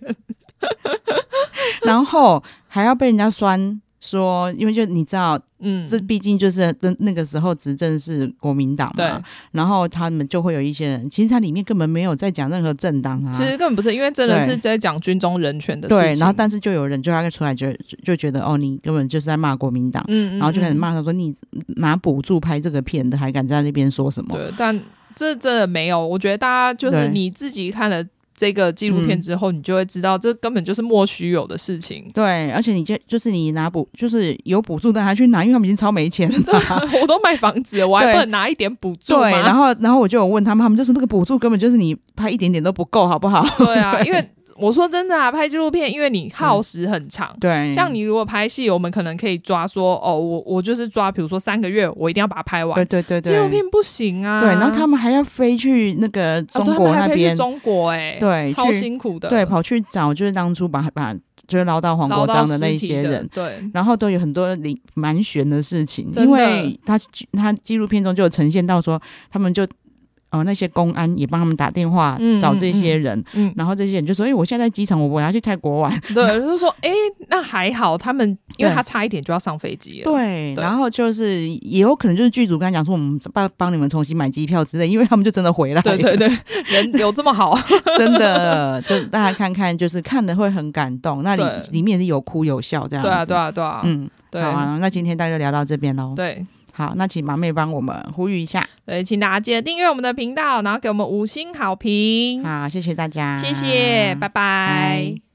Speaker 1: 然后还要被人家酸说，因为就你知道
Speaker 2: 嗯，
Speaker 1: 这啊毕竟就是那那个时候执政是国民党
Speaker 2: 对
Speaker 1: 嘛，然后他们就会有一些人，其实它里面根本没有在讲任何政党啊，
Speaker 2: 其实根本不是，因为真的
Speaker 1: 对
Speaker 2: 是在讲军中人权的事情。
Speaker 1: 对，然后但是就有人就要出来就就就觉得哦，你根本就是在骂国民党，
Speaker 2: 嗯，嗯
Speaker 1: 然后就开始。
Speaker 2: 嗯
Speaker 1: 骂他说你拿补助拍这个片的，还敢在那边说什么？
Speaker 2: 对，但这真的没有，我觉得大家就是
Speaker 1: 对。
Speaker 2: 你自己看了这个纪录片之后，你就会知道这根本就是莫须有的事 情
Speaker 1: 对，而且你就就是你拿补，就是有补助的还去拿，因为他们已经超没钱了。
Speaker 2: 我都买房子了，我还
Speaker 1: 对
Speaker 2: 不能拿一点补助
Speaker 1: 对，然
Speaker 2: 吗？
Speaker 1: 后然后我就有问他们，他们就说那个补助根本就是你拍一点点都不够，好不好？
Speaker 2: 对啊，因为我说真的啊，拍纪录片，因为你耗时很 长。
Speaker 1: 对，
Speaker 2: 像你如果拍戏，我们可能可以抓说，哦，我我就是抓，比如说三个月，我一定要把它拍
Speaker 1: 对
Speaker 2: 完。
Speaker 1: 对对对，
Speaker 2: 纪录片不行啊。
Speaker 1: 对，然后他们还要飞去那个
Speaker 2: 哦
Speaker 1: 中
Speaker 2: 对他
Speaker 1: 国
Speaker 2: 们还
Speaker 1: 那
Speaker 2: 可以去
Speaker 1: 边，
Speaker 2: 中国哎，
Speaker 1: 对
Speaker 2: 超
Speaker 1: 去
Speaker 2: 辛苦的，
Speaker 1: 对，跑去找就是当初把把就是捞到黄
Speaker 2: 捞
Speaker 1: 国
Speaker 2: 到
Speaker 1: 章的那
Speaker 2: 尸
Speaker 1: 一
Speaker 2: 体
Speaker 1: 些
Speaker 2: 的
Speaker 1: 人。
Speaker 2: 对。
Speaker 1: 然后都有很多零蛮悬的事情，
Speaker 2: 真的
Speaker 1: 因为他他纪录片中就有呈现到说，他们就呃那些公安也帮他们打电话
Speaker 2: 嗯
Speaker 1: 找这些人，
Speaker 2: 嗯，
Speaker 1: 然后这些人就说：“哎、我现在在机场，我我要去泰国玩。
Speaker 2: 对，就是说，哎、那还好，他们因为
Speaker 1: 对
Speaker 2: 他差一点就要上飞机了。
Speaker 1: 对，啊
Speaker 2: 对
Speaker 1: 然后就是也有可能就是剧组跟他讲说，我们帮帮你们重新买机票之类，因为他们就真的回来了。
Speaker 2: 对 对对，人有这么好？
Speaker 1: 真的，就大家看看，就是看的会很感动。那里
Speaker 2: 对
Speaker 1: 里面也是有哭有笑 这样
Speaker 2: 对
Speaker 1: 子。
Speaker 2: 啊，对
Speaker 1: 啊，
Speaker 2: 啊，对啊，
Speaker 1: 嗯，
Speaker 2: 对
Speaker 1: 好啊。那今天大家就聊到这边喽。
Speaker 2: 对
Speaker 1: 好，那请麻妹帮我们呼吁一下。
Speaker 2: 对，请大家记得订阅我们的频道，然后给我们五星好评，
Speaker 1: 好，谢谢大家，
Speaker 2: 谢谢，拜拜。
Speaker 1: 啊拜